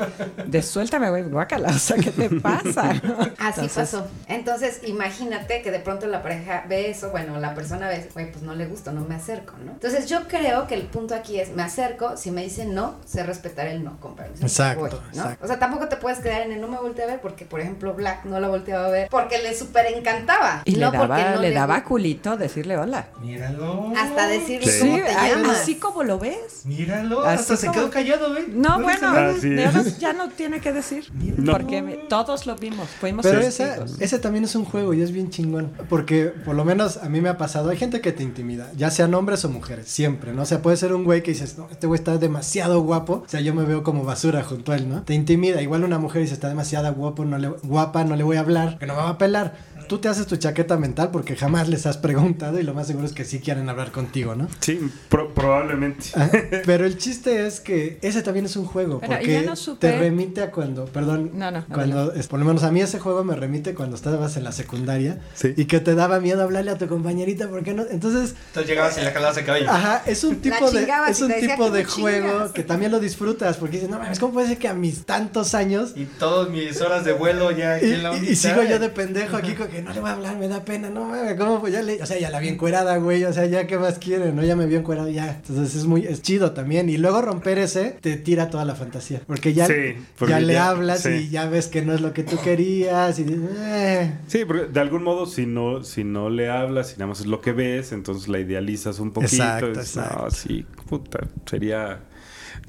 S7: de suéltame, güey, guácala. O sea, ¿qué te pasa?
S5: Así
S7: Entonces,
S5: pasó. Entonces, imagínate que de pronto la pareja ve eso, bueno, la persona ve, güey, pues no le gusta, no me acerco, ¿no? Entonces, yo creo que el punto aquí es, me acerco, si me dicen no, sé respetar el no, con permiso.
S8: Exacto,
S5: ¿no?
S8: exacto.
S5: O sea, tampoco te puedes quedar en el no me volteé a ver, porque, por ejemplo, Black no la volteaba a ver porque le súper encantaba.
S7: Y
S5: no
S7: le daba,
S5: porque no
S7: le daba
S5: gu-
S7: culito decirle hola.
S4: Míralo.
S5: Hasta decirle
S6: Sí,
S5: cómo te
S7: ay,
S5: llamas.
S7: así como lo ves. Pues
S4: Míralo,
S7: Así
S4: hasta se
S7: como-
S4: quedó callado, güey.
S7: No,
S4: le
S7: bueno,
S4: hizo nada.
S6: Así
S7: de
S6: es.
S7: ahora ya no tiene que decir. Porque me- todos lo vimos, fuimos
S8: Pero esa,
S7: testigos.
S8: ese también es un juego y es bien chingón. Porque por lo menos a mí me ha pasado. Hay gente que te intimida, ya sean hombres o mujeres, siempre, ¿no? O sea, puede ser un güey que dices, no, este güey está demasiado guapo. O sea, yo me veo como basura junto a él, ¿no? Te intimida. Igual una mujer dice, está demasiado guapo, no le, guapa, no le voy a hablar, que no me va a pelar. Tú te haces tu chaqueta mental porque jamás les has preguntado y lo más seguro es que sí quieren hablar contigo, ¿no?
S6: Sí, pro- probablemente.
S8: Ah, Pero el chiste es que ese también es un juego,
S7: Pero, y
S8: porque
S7: ya no supe-
S8: te remite a cuando, perdón,
S7: No, no, no,
S8: cuando, es- por lo menos a mí ese juego me remite cuando estabas en la secundaria
S6: Sí.
S8: y que te daba miedo hablarle a tu compañerita porque no, entonces,
S4: Entonces llegabas y le jalabas el cabello.
S8: ajá, es un tipo de,
S5: chingabas
S8: es
S5: y
S8: un
S5: te decía
S8: tipo
S5: que
S8: de
S5: no
S8: juego
S5: chingas.
S8: que también lo disfrutas porque dices, no mames, ¿cómo puede ser que a mis tantos años
S4: Y todas mis horas de vuelo ya
S8: y,
S4: aquí en la
S8: y- y
S4: unidad.
S8: sigo yo de pendejo aquí con que no le voy a hablar, me da pena, no mames, ¿cómo pues ya le, o sea, ya la vi encuerada, güey, o sea, ya qué más quiere, no, ya me vio encuerado ya. Entonces es muy es chido también y luego romper ese te tira toda la fantasía, porque ya
S6: Sí, porque
S8: ya le
S6: ya-
S8: hablas
S6: sí.
S8: y ya ves que no es lo que tú querías y dices, eh.
S6: Sí, porque de algún modo si no, si no le hablas, si nada más es lo que ves, entonces la idealizas un poquito.
S8: Exacto,
S6: es, no,
S8: exacto.
S6: sí, puta, sería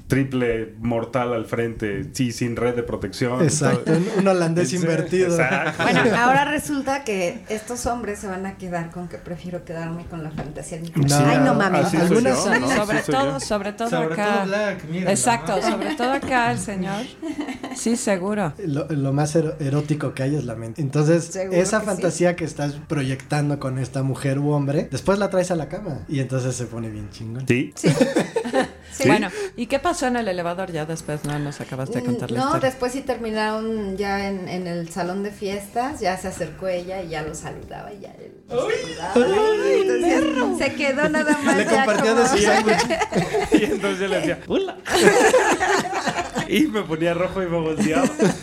S6: triple mortal al frente, sí, sin red de protección.
S8: Exacto,
S6: todo.
S8: un, un holandés
S6: Sí,
S8: invertido.
S6: exacto.
S5: Bueno, ahora resulta que estos hombres se van a quedar con que prefiero quedarme con la fantasía. de mi
S8: No,
S5: Ay, no mames.
S6: así soy
S8: algunas
S6: yo,
S8: son-
S6: ¿no?
S7: sobre
S6: Así soy
S7: todo,
S6: yo.
S7: sobre todo
S4: Sobre
S7: acá.
S4: todo Black, mira,
S7: Exacto,
S4: ¿no?
S7: sobre todo acá el señor. Sí, seguro.
S8: Lo, lo más ero- erótico que hay es la mente. Entonces,
S5: Seguro
S8: esa
S5: que
S8: fantasía que estás proyectando con esta mujer u hombre, después la traes a la cama y entonces se pone bien chingón.
S6: Sí.
S1: Sí.
S7: Bueno, ¿y qué pasó en el elevador ya después? No nos acabaste de contar la
S5: Mm, No,
S7: historia.
S5: después sí terminaron ya en, en el salón de fiestas, ya se acercó ella y ya lo saludaba y ya él lo saludaba. Entonces, se quedó nada más.
S8: Le
S5: ya
S8: compartió de
S5: como-
S8: su sándwich.
S6: Y entonces yo le decía, ¡Hola! Y me ponía rojo y me volteaba.
S5: O sea,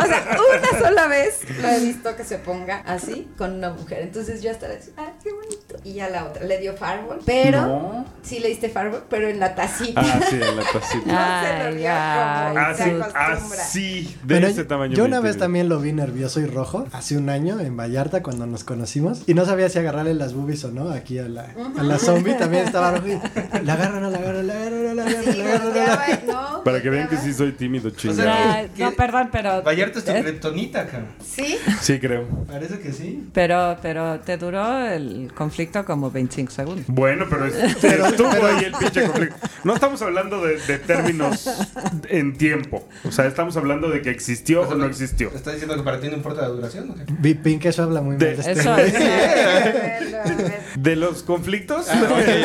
S5: una sola vez lo he visto que se ponga así con una mujer. Entonces yo hasta le decía, ¡ay, qué bonito! Y ya la otra le dio firewall, pero
S6: No.
S5: sí le diste firewall, pero en la tacita.
S6: Ah, sí, en la tacita.
S5: No se lo
S7: Ay,
S5: vio como
S7: ay,
S5: Ah, se
S6: Así,
S5: acostumbra.
S6: así, de
S8: Bueno,
S6: ese tamaño.
S8: yo
S6: me
S8: una vez
S6: intimidó.
S8: también lo vi nervioso y rojo, hace un año en Vallarta cuando nos conocimos y no sabía si agarrarle las boobies o no, aquí a la, a la zombie también estaba rojo y la agarro, no la agarro, la agarro, no la agarro,
S5: Sí,
S8: la agarro, no la
S5: volteaba,
S8: agarro.
S5: no,
S6: Para que vean que
S5: volteaba.
S6: sí soy tímido, chingado.
S7: Ay,
S4: ¿Qué?
S7: Ah, no, perdón, pero.
S4: Vallarta es tu
S7: eh,
S4: criptonita, cabrón.
S5: Sí,
S6: Sí, creo.
S4: Parece que sí.
S7: Pero, pero te duró el conflicto como 25 segundos.
S6: Bueno, pero, es- estuvo ahí el pinche conflicto. No estamos hablando de, de términos en tiempo. O sea, estamos hablando de que existió o no existió.
S4: ¿Estás diciendo que para ti no importa la duración o qué?
S8: Vi Pink, eso habla muy mal.
S6: De-
S8: de este
S7: Eso
S8: güey.
S7: es.
S6: ¿De los conflictos?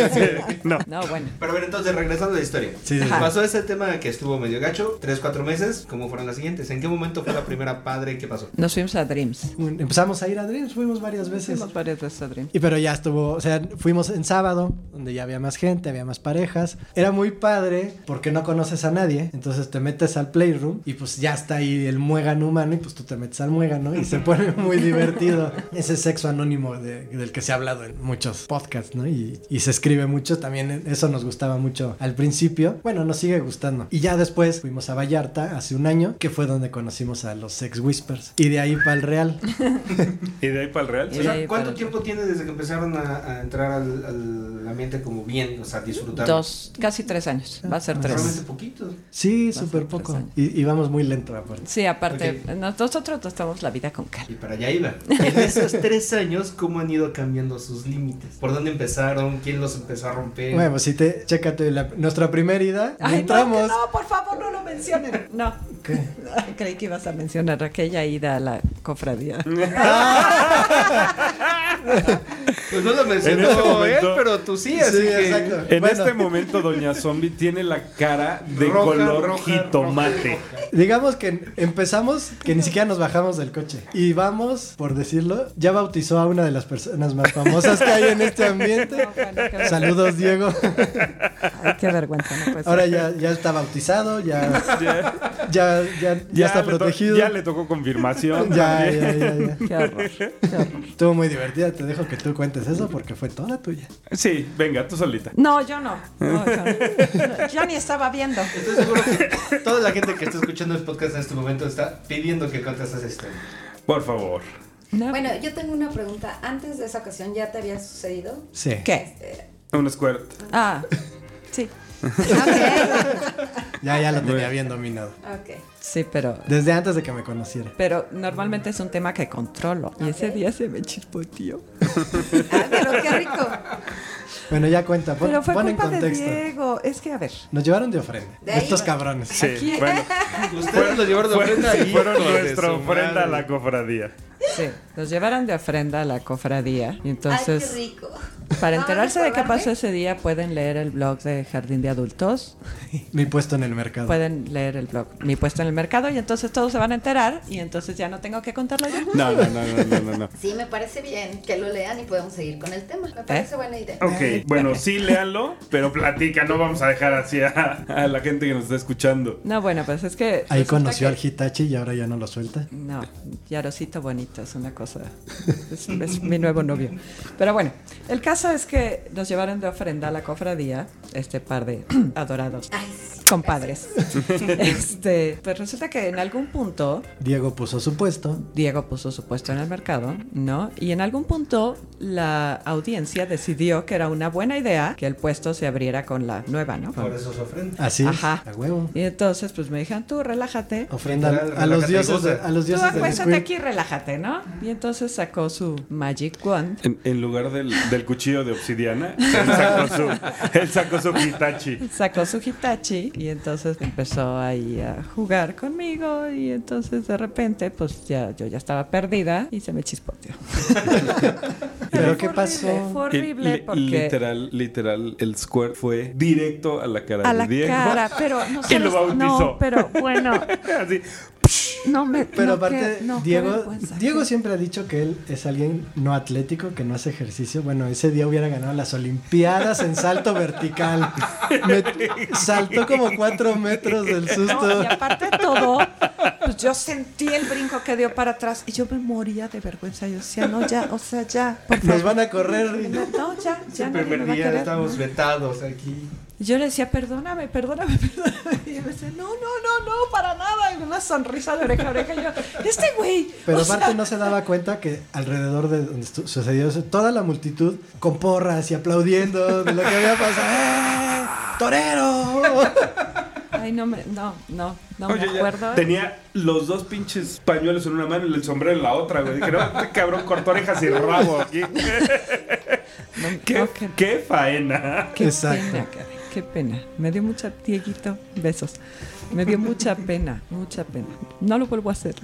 S6: no.
S7: No, bueno.
S4: Pero a ver, entonces, regresando a la historia.
S8: Sí, sí, sí.
S4: Pasó ese tema que estuvo medio gacho, tres, cuatro meses, ¿cómo fueron las siguientes? ¿En qué momento fue la primera padre que pasó?
S7: Nos fuimos a Dreams.
S8: Un- Empezamos a ir a Dreams, fuimos varias veces.
S7: Fuimos varias veces a Dreams.
S8: Y pero ya estuvo, o sea, fuimos en sábado, donde ya había más gente, había más parejas. Era muy padre porque no conoces a nadie, entonces te metes al playroom y pues ya está ahí el muégano humano y pues tú te metes al muégano y se pone muy divertido. Ese sexo anónimo de- del que se ha hablado en muchos podcasts, ¿no? Y, y se escribe mucho, también eso nos gustaba mucho al principio. Bueno, nos sigue gustando. Y ya después fuimos a Vallarta hace un año, que fue donde conocimos a los Sex Whispers. Y de ahí para el Real.
S6: ¿Y de ahí para el real?
S7: Y
S4: O
S7: de
S4: sea,
S7: ahí
S4: ¿Cuánto
S7: para-
S4: tiempo tiene desde que empezaron a, a entrar al, al ambiente como bien, o sea, disfrutar?
S7: Dos, casi tres años. Va a
S8: Ah,
S7: ser
S4: Realmente
S7: tres.
S4: poquito.
S8: Sí,
S7: Bastante
S8: súper poco.
S7: extraño.
S8: Y, y vamos muy lento aparte.
S7: Sí, aparte, nosotros nos tomamos la vida con calma.
S4: Y para allá iba. En esos tres años, ¿cómo han ido cambiando sus límites? ¿Por dónde empezaron? ¿Quién los empezó a romper?
S8: Bueno, pues si te chécate la- nuestra primera ida, y
S7: Ay, no,
S8: entramos.
S7: que no, por favor, no lo mencionen. No.
S8: ¿Qué?
S7: Creí que ibas a mencionar aquella ida a la cofradía.
S4: Pues no lo mencionó
S6: En ese
S4: él,
S6: momento-
S4: pero tú sí,
S8: Sí,
S4: así que...
S8: exacto.
S6: En
S8: Bueno,
S6: este momento, Doña Zombie tiene la cara de
S4: Roja,
S6: color
S4: roja,
S6: jitomate.
S8: digamos que empezamos que ni siquiera nos bajamos del coche. Y vamos, por decirlo, ya bautizó a una de las personas más famosas que hay en este ambiente.
S7: No, bueno, qué-
S8: Saludos, Diego.
S7: Ay, qué vergüenza, no puede ser.
S8: Ahora ya, ya está bautizado, ya,
S6: Ya,
S8: ya, ya, ya está
S6: le to-
S8: protegido.
S6: Ya le tocó confirmación.
S8: ya,
S6: también.
S8: ya, ya, ya.
S7: Qué horror. qué horror.
S8: Estuvo muy divertida, te dejo que tú cuentes eso porque fue toda tuya.
S6: Sí, venga, tú solita.
S7: No, yo no. No, yo no. No, Yo ni estaba viendo.
S4: Estoy seguro que toda la gente que está escuchando el podcast en este momento está pidiendo que contes esa historia.
S6: Por favor.
S7: No.
S5: Bueno, yo tengo una pregunta. Antes de esa ocasión ya te había sucedido. Este,
S8: Sí.
S7: ¿Qué?
S6: Un squirt.
S7: Ah, sí.
S8: Ya, ya lo tenía bien dominado.
S5: Ok.
S7: Sí, pero.
S8: Desde antes de que me conociera.
S7: Pero normalmente es un tema que controlo. Y ese día se me chispoteó.
S5: Ah, pero qué rico.
S8: Bueno, ya cuenta, pon,
S7: Pero fue
S8: pon en
S7: culpa de
S8: contexto.
S7: Diego. Es que, a ver.
S8: Nos llevaron de ofrenda.
S5: De ahí
S8: estos
S5: va.
S8: cabrones.
S6: Sí, bueno.
S4: Ustedes lo llevaron de
S6: Fue-
S4: ofrenda ahí.
S6: fueron
S4: hijo de
S6: nuestra
S4: su
S6: ofrenda a
S4: madre.
S6: la cofradía.
S7: Sí, nos llevaron de ofrenda a la cofradía. Y
S5: Ay, qué
S7: entonces,
S5: rico.
S7: para
S5: ¿No vas a
S7: enterarse de qué
S5: probarme?
S7: pasó ese día, pueden leer el blog de Jardín de Adultos.
S8: Mi puesto en el mercado.
S7: Pueden leer el blog Mi Puesto en el Mercado. Y entonces todos se van a enterar. Y entonces ya no tengo que contarlo yo.
S6: No, no, no, no, no, no, no.
S5: Sí, me parece bien que lo lean y podemos seguir con el tema. Me parece
S7: ¿Eh?
S5: buena idea.
S6: Ok, bueno, sí, léanlo, pero platica, no vamos a dejar así a, a la gente que nos está escuchando.
S7: No, bueno, pues es que.
S8: Ahí
S7: resulta
S8: conoció
S7: que-
S8: al Hitachi y ahora ya no lo suelta.
S7: No, Yarosito Bonito es una cosa. Es, es mi nuevo novio. Pero bueno, el caso es que nos llevaron de ofrenda a la cofradía este par de adorados
S5: Ay, sí.
S7: compadres. Este, pues resulta que en algún punto
S8: Diego puso su puesto.
S7: Diego puso su puesto en el mercado, ¿no? Y en algún punto la audiencia decidió que era una buena idea que el puesto se abriera con la nueva, ¿no?
S4: Por eso es ofrenda.
S8: Así es,
S7: Ajá.
S8: a huevo.
S7: Y entonces pues me dijeron, tú relájate,
S8: Ofrenda
S4: Literal,
S8: a, los
S4: relájate y
S8: dioses, de-
S4: goza.
S8: a los
S7: tú
S8: dioses del
S7: acuéstate
S8: Squid.
S7: aquí y relájate, ¿no? Y entonces sacó su Magic Wand
S6: En, en lugar del, del cuchillo cuchillo de obsidiana, él sacó su, él sacó su Hitachi.
S7: Sacó su Hitachi y entonces empezó ahí a jugar conmigo y entonces de repente pues ya yo ya estaba perdida y se me chispoteó. Fue
S8: Pero ¿qué
S7: horrible,
S8: pasó?
S7: Fue horrible
S6: Li- li-
S7: porque
S6: Literal, literal, el square fue directo a la cara
S7: a
S6: de
S7: la
S6: Diego.
S7: cara, pero no
S6: Y lo
S7: sabes-
S6: bautizó.
S7: no, pero bueno,
S6: Así.
S7: no me
S8: Pero
S7: no,
S8: aparte,
S7: qué- no, qué
S8: Diego,
S7: vergüenza.
S8: Diego siempre ha dicho que él es alguien no atlético, que no hace ejercicio. Bueno, ese día hubiera ganado las Olimpiadas en salto vertical. Me- saltó como cuatro metros del
S7: No,
S8: susto.
S7: y aparte de todo, pues yo sentí el brinco que dio para atrás y yo me moría de vergüenza. Yo decía, no, ya, o sea, ya. por
S8: Nos
S7: favor.
S8: van a correr.
S7: No, no, ya, ya.
S4: El
S7: nadie me
S4: primer
S7: va a
S4: día
S7: querer.
S4: estábamos vetados aquí.
S7: Y Yo le decía, perdóname, perdóname, perdóname. Y él me decía, no, no, no, no, para nada. Y una sonrisa de oreja a oreja. Y yo, este güey.
S8: Pero
S7: o
S8: aparte
S7: sea,
S8: no se daba cuenta que alrededor de donde estu- sucedió eso, toda la multitud con porras y aplaudiendo de lo que había pasado. ¡Eh! ¡Torero!
S7: Ay, no, me, no, no, no
S6: Oye,
S7: me
S6: ya
S7: acuerdo.
S6: tenía los dos pinches pañuelos en una mano y el sombrero en la otra, güey. Dije, no, este cabrón cortó orejas y rabo aquí.
S7: No, no,
S6: ¿Qué,
S7: qué-
S6: qué faena.
S7: Qué
S8: Exacto.
S7: pena, caray, qué pena. Me dio mucha, Dieguito, besos. Me dio mucha pena, mucha pena. No lo vuelvo a hacer.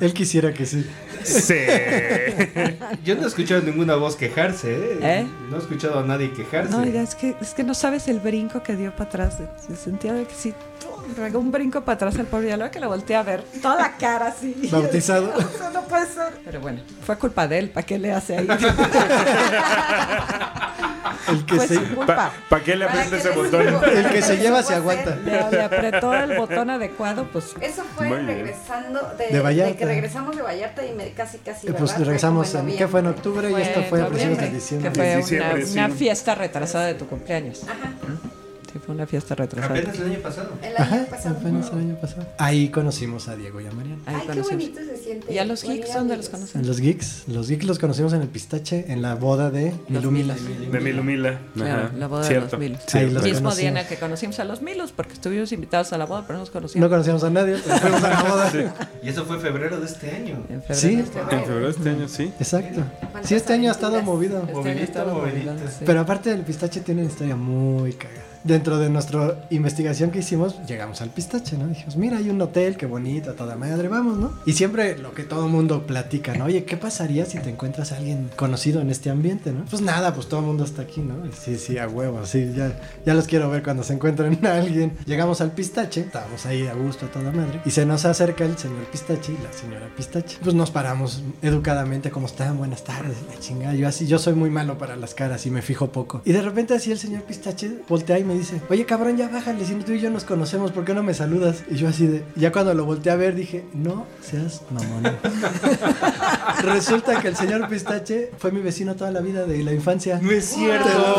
S8: Él quisiera que sí. Eh,
S6: Sí.
S4: Yo no he escuchado ninguna voz quejarse, ¿eh?
S7: ¿Eh?
S4: No he escuchado a nadie quejarse.
S7: No, ya, es que, es que no sabes el brinco que dio para atrás. Se sentía de que sí, ¡pum! regó un brinco para atrás al pobre y a la hora que la volteé a ver, toda la cara así.
S8: Bautizado.
S7: Eso no puede ser. Pero bueno, fue culpa de él, ¿para qué le hace ahí?
S8: El que,
S7: Fue
S8: se,
S7: su culpa.
S6: ¿Para qué le
S5: Para
S6: apriete
S5: que
S6: ese
S5: les
S6: botón?
S5: digo.
S8: el que se lleva se
S5: Eso fue-
S8: aguanta.
S7: Le, le apretó el botón adecuado, pues
S5: Eso fue
S6: Muy bien.
S5: regresando de,
S8: De Vallarta.
S5: de que regresamos de Vallarta y me- casi casi
S8: Eh, pues
S5: ¿verdad? Fue
S8: regresamos
S5: como
S8: en, ¿qué
S5: noviembre.
S8: fue en octubre? y esto fue a
S7: en
S8: principios de
S7: noviembre,
S8: diciembre.
S7: Que fue
S6: En diciembre,
S7: una,
S6: sí.
S7: una fiesta retrasada de tu cumpleaños.
S5: Ajá,
S7: Sí, fue una fiesta retrasada.
S4: Apenas el año pasado.
S5: el año
S8: Ajá,
S5: pasado.
S8: apenas el año pasado. Ahí conocimos a Diego y a Mariana.
S7: Ahí
S5: Ay, qué
S7: conocimos.
S5: bonito se siente.
S7: Y a los
S5: Muy
S7: geeks, ¿dónde los
S5: amigos.
S7: conocen?
S8: En los geeks, los geeks los conocimos en el pistache, en la boda de
S7: Los
S8: Milumila.
S7: Milos.
S6: De Milumila.
S7: Claro, la boda
S6: Cierto.
S7: de los Milos.
S8: Ahí los
S7: Mismo día en
S8: conocimos.
S7: el que conocimos a los Milos, porque estuvimos invitados a la boda, pero no nos
S8: No
S7: conocíamos.
S8: conocíamos a nadie, pero fuimos a la boda.
S4: Y eso fue febrero de este año.
S7: en febrero.
S8: Sí.
S6: En febrero de este año, sí.
S8: Exacto. Sí, este año ha estado movido.
S7: Este año
S4: Movidito,
S7: estábamos
S4: movidito.
S7: bailando, sí.
S8: Pero aparte del pistache tiene una historia muy cagada. Dentro de nuestra investigación que hicimos, llegamos al pistache, ¿no? Dijimos, mira, hay un hotel, qué bonito, a toda madre, vamos, ¿no? Y siempre lo que todo el mundo platica, ¿no? Oye, ¿qué pasaría si te encuentras a alguien conocido en este ambiente, ¿no? Pues nada, pues todo el mundo está aquí, ¿no? Y sí, sí, a huevo, sí, ya, ya los quiero ver cuando se encuentren a alguien. Llegamos al pistache, estábamos ahí a gusto, a toda madre, y se nos acerca el señor pistache y la señora pistache. Pues nos paramos educadamente, como están, buenas tardes, la chingada. Yo así, yo soy muy malo para las caras y me fijo poco. Y de repente así el señor pistache voltea y me dice, oye cabrón, ya bájale, si tú y yo nos conocemos, ¿por qué no me saludas? Y yo así de, ya cuando lo volteé a ver dije, no seas mamón. Resulta que el señor pistache fue mi vecino toda la vida de la infancia.
S4: No es cierto.
S8: Te lo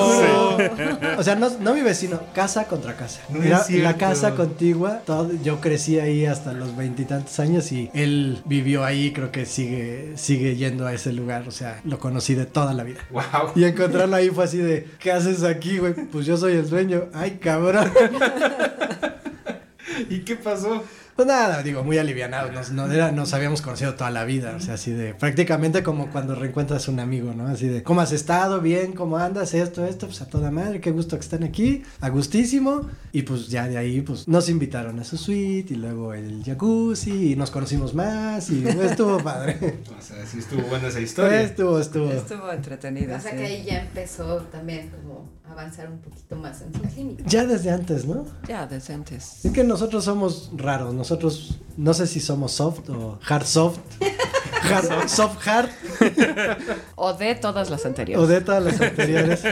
S8: juro. O sea, no, no mi vecino, casa contra casa.
S4: No
S8: Era
S4: es cierto.
S8: la casa contigua. todo- yo crecí ahí hasta los veintitantos años y él vivió ahí. Creo que sigue, sigue yendo a ese lugar. O sea, lo conocí de toda la vida.
S4: Wow.
S8: Y encontrarlo ahí fue así de, ¿qué haces aquí, güey? Pues yo soy el dueño. Ay, cabrón.
S4: ¿Y qué pasó?
S8: Pues nada, digo, muy alivianado. Nos, no era- nos habíamos conocido toda la vida. O sea, así de prácticamente como cuando reencuentras un amigo, ¿no? Así de, ¿cómo has estado? Bien, ¿cómo andas? Esto, esto, pues a toda madre. Qué gusto que están aquí. A gustísimo. Y pues ya de ahí, pues nos invitaron a su suite y luego el jacuzzi y nos conocimos más y estuvo padre.
S4: O sea, sí estuvo buena esa historia.
S8: estuvo, estuvo.
S7: Estuvo entretenida.
S5: O sea
S7: sí.
S5: que ahí ya empezó también como a avanzar un poquito más en sus límites.
S8: Ya desde antes, ¿no?
S7: Ya, decentes.
S8: Es que nosotros somos raros, nosotros no sé si somos soft o hard soft, hard, soft hard
S7: O de todas las anteriores.
S8: o de todas las anteriores.